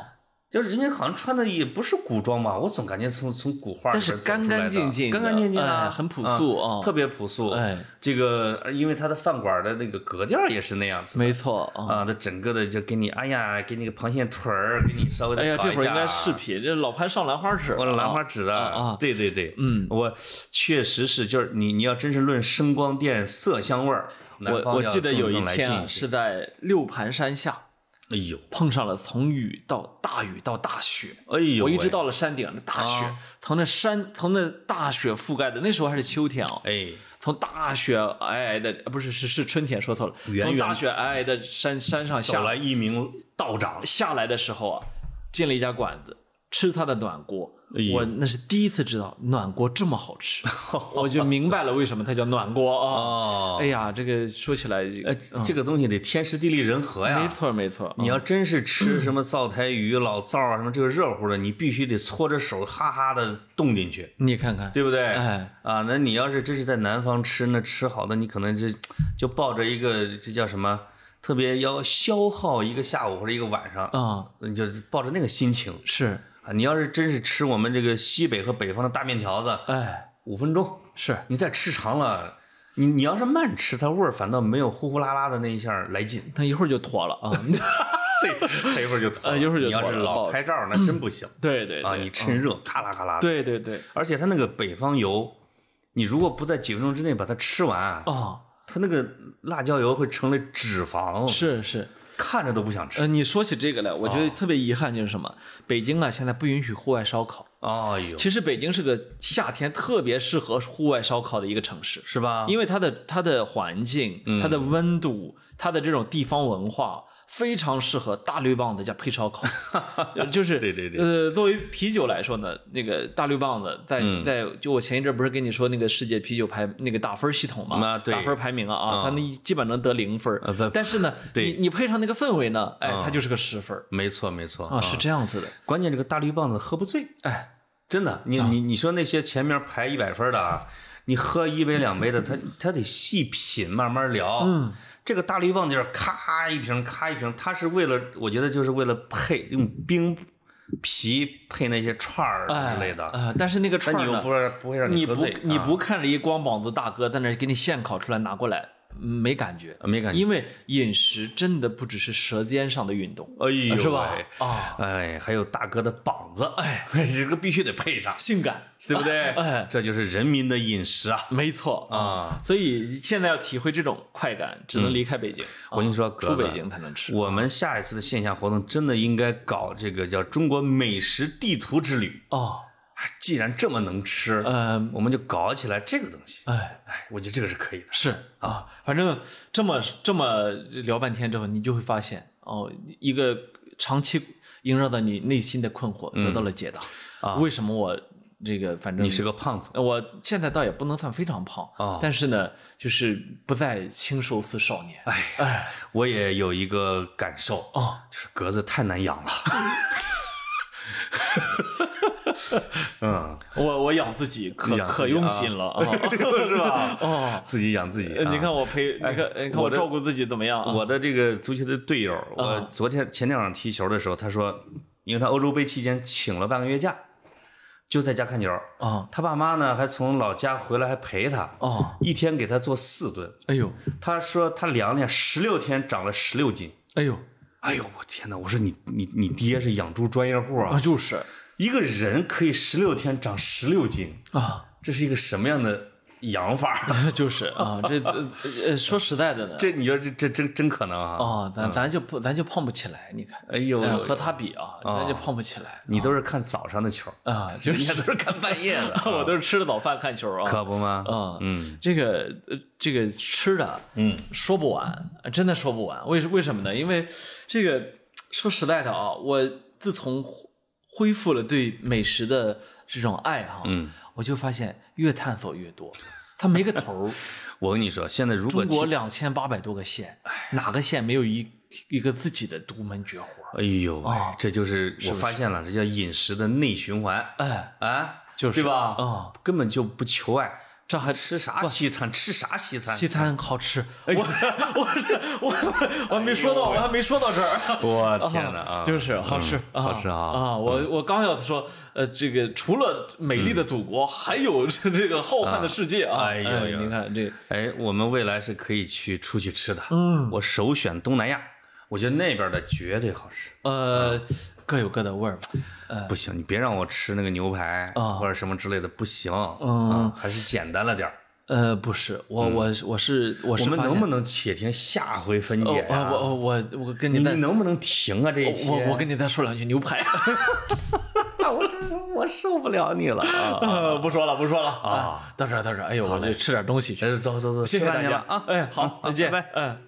S2: 就是人家好像穿的也不是古装吧，我总感觉从从古画
S1: 但
S2: 里边
S1: 是
S2: 走出来的
S1: 干干净净的
S2: 干干净净
S1: 哎
S2: 啊，
S1: 很朴
S2: 啊
S1: 素啊
S2: 特别朴素。
S1: 哎，
S2: 这个呃因为他的饭馆的那个格调也是那样子的
S1: 没错啊。
S2: 啊，他整个的就给你，哎呀，给你个螃蟹腿儿，给你稍微的
S1: 哎呀，这会儿应该视
S2: 是。
S1: 频，这老潘上兰花吃了
S2: 我
S1: 啊，
S2: 兰花指的
S1: 啊啊
S2: 对对对，
S1: 嗯
S2: 我确实是，就是你你要真是论声光电、色香味儿，南
S1: 我
S2: 方
S1: 我
S2: 要
S1: 记得有一
S2: 更来
S1: 天
S2: 劲
S1: 啊，是在六盘山下
S2: 哎呦
S1: 碰上了从雨到大雨到大雪，
S2: 哎呦
S1: 我
S2: 喂，
S1: 一直到了山顶，那大雪、
S2: 啊
S1: 从那山从那大雪覆盖的，那时候还是秋天哦，
S2: 哎
S1: 从大雪皑皑的，呃不是是是春天，说错了，
S2: 圆
S1: 从
S2: 圆
S1: 大雪皑皑的山山上下
S2: 走来一名道长，
S1: 下来的时候啊，进了一家馆子，吃他的暖锅。
S2: 哎呦
S1: 我那是第一次知道暖锅这么好 吃，我就明白了为什么它叫暖锅啊！
S2: 哦
S1: 哎呀，这个说起来，
S2: 呃，这个东西得天时地利人和呀。
S1: 哎嗯没错嗯没错，
S2: 你要真 是吃什么灶台鱼、老灶啊，什么这个热乎的，你必须得搓着手哈哈的冻进去，
S1: 你看看，
S2: 对不对？
S1: 哎
S2: 啊，那你要是真是在南方吃，那吃好的，你可能就就抱着一个这叫什么，特别要消耗一个下午或者一个晚上，
S1: 啊，
S2: 你就是抱着那个心情
S1: 是，
S2: 啊。你要是真是吃我们这个西北和北方的大面条子，
S1: 哎，
S2: 五分钟，
S1: 是
S2: 你再吃长了，你你要是慢吃，它味儿反倒没有呼呼啦啦的那一下儿来劲。
S1: 它一会儿就坨了啊。
S2: 对，他一会儿就脱了
S1: 啊一会儿就
S2: 你要
S1: 脱
S2: 是
S1: 了抱
S2: 老
S1: 着
S2: 拍照，那真不行
S1: 对对
S2: 啊！
S1: 对嗯
S2: 你趁热咔啦咔啦。，
S1: 对对对
S2: 而且它那个北方油，你如果不在几分钟之内把它吃完，
S1: 啊，
S2: 它那个辣椒油会成了脂肪，
S1: 是是。
S2: 看着都不想吃。
S1: 呃，你说起这个来，我觉
S2: 啊
S1: 得特别遗憾就是什么，北京啊现在不允许户外烧烤。
S2: 哎呦，
S1: 呃其实北京是个夏天特别适合户外烧烤的一个城市，
S2: 是吧？
S1: 因为它的它的环境、
S2: 嗯
S1: 它的温度、它的这种地方文化，非常适合大绿棒子加配烧 烤。呃就是
S2: 对对对
S1: 呃，作为啤酒来说呢，那个大绿棒子在、在
S2: 嗯
S1: 就我前一阵不是跟你说那个世界啤酒排那个打分系统嘛
S2: 啊，对
S1: 打分排名啊啊，它那基本能得零分儿
S2: 呃不，
S1: 但是呢，
S2: 对啊
S1: 你你配上那个氛围呢，哎，它就是个十分儿
S2: 没错没错
S1: 啊，是这样子的，
S2: 关键这个大绿棒子喝不醉，
S1: 哎，
S2: 真的，你你你说那些前面排一百分的啊，你喝一杯两杯的，他他得细品，慢慢聊。嗯，这个大绿棒就是咔一瓶，咔一瓶，他是为了，我觉得就是为了配用冰皮配那些串儿
S1: 哎
S2: 之类的，
S1: 啊，但是那个串
S2: 但
S1: 儿
S2: 你又
S1: 呢
S2: 不让不会让
S1: 你
S2: 喝
S1: 不
S2: 醉，
S1: 你
S2: 啊
S1: 不看着一光膀子大哥在那儿给你现烤出来拿过来，嗯没感觉，
S2: 啊没感觉。
S1: 因为饮食真的不只是舌尖上的运动，
S2: 哎呦，
S1: 是吧
S2: 哎？
S1: 啊，
S2: 哎，还有大哥的膀子，哎， 这个必须得配上，
S1: 性感，
S2: 对不对？
S1: 哎
S2: 这就是人民的饮食啊。
S1: 没错
S2: 啊。
S1: 所以现在要体会这种快感，只能离开北京。
S2: 嗯我跟你说，
S1: 啊
S2: 格
S1: 出
S2: 子
S1: 北京才能吃。
S2: 我们下一次的线下活动真的应该搞这个叫中国美食地图之旅。
S1: 哦，
S2: 啊既然这么能吃，
S1: 嗯，
S2: 我们就搞起来这个东西。
S1: 哎，
S2: 哎，我觉得这个是可以的。
S1: 是啊，反正这么这么聊半天之后，你就会发现哦，一个长期萦绕在你内心的困惑得到了解答。为什么我这个反正
S2: 嗯啊你是个胖子，
S1: 我现在倒也不能算非常胖
S2: 哦
S1: 但是呢，就是不再清瘦似少年。
S2: 我也有一个感受，
S1: 哦，
S2: 就是格子太 难养了。嗯，
S1: 我我养自己可
S2: 养自己
S1: 可用心 了啊！
S2: 是吧？
S1: 哦，
S2: 自己养自己啊
S1: 呃。你看
S2: 我，
S1: 我陪，你看你看我
S2: 我的
S1: 照顾自己怎么样啊？啊
S2: 我的这个足球的队友，我昨天前天晚上踢球的时候，他说，因为他欧洲杯期间请了半个月假，就在家看球。
S1: 啊
S2: 他爸妈呢还从老家回来还陪他，
S1: 哦，
S2: 一天给他做四顿。
S1: 哎呦
S2: 他说他量量十六天长了十六斤。
S1: 哎呦
S2: 哎呦我天哪！我说你你你爹是养猪专业户
S1: 啊，
S2: 啊！
S1: 就是
S2: 一个人可以十六天长十六斤，
S1: 啊，
S2: 这是一个什么样的养法？
S1: 就是啊，这呃呃说实在的呢，
S2: 这你说这这真真可能
S1: 啊，
S2: 啊！
S1: 咱咱就不咱就胖不起来，你看，
S2: 哎呦，
S1: 呃和他比啊，咱就胖不起来
S2: 你都是看早上的球，
S1: 啊， 就，
S2: 人家都是看半夜的
S1: 啊
S2: 啊
S1: 我都是吃着早饭看球啊，
S2: 可不吗？
S1: 啊，
S2: 嗯，
S1: 这个呃，这个吃的，嗯，说不完，呃真的说不完。为什为什么呢？因为这个说实在的啊，我自从恢恢复了对美食的这种爱哈，嗯，我就发现越探索越多，它没个头 儿。
S2: 我跟你说，现在如果
S1: 中国两千八百多个县，哪个县没有一一个自己的独门绝活儿？
S2: 哎呦喂，
S1: 啊
S2: 这就是我发现了，这叫饮食的内循环
S1: 哎，
S2: 啊，
S1: 就是
S2: 对吧？
S1: 啊
S2: 根本就不求爱，
S1: 这还
S2: 吃啥西餐吃啥西餐。
S1: 西餐好吃，我我我我还没说到，我还没说到这儿。
S2: 我天哪
S1: 哦
S2: 啊！
S1: 就是好吃，
S2: 嗯好吃啊
S1: 啊！我我刚要说，呃，这个除了美丽的祖国，还有这这个浩瀚的世界啊！
S2: 嗯啊哎呦呦
S1: 你看这
S2: 哎，我们未来是可以去出去吃的。嗯，我首选东南亚，我觉得那边的绝对好吃。嗯
S1: 呃，各有各的味儿吧。
S2: 不行，你别让我吃那个牛排
S1: 啊
S2: 或者什么之类的，不行。
S1: 嗯
S2: 啊，还是简单了点儿。
S1: 呃，不是，我我我是我
S2: 嗯我
S1: 是
S2: 们
S1: 发
S2: 能
S1: 现哦
S2: 不，能且听下回分解啊
S1: 我
S2: 呀？
S1: 我我我跟
S2: 你
S1: 你
S2: 你
S1: 再
S2: 能不能停啊？这一期啊
S1: 我我跟你再说两句牛 排，
S2: 我我受不了你了啊！
S1: 呃不说了不说了啊！到这儿到这儿，哎呦，我得吃点东西去。
S2: 哎，走走走，
S1: 谢谢
S2: 吃饭
S1: 大
S2: 去
S1: 家
S2: 了啊！
S1: 哎，好，再见，
S2: 拜拜
S1: 嗯。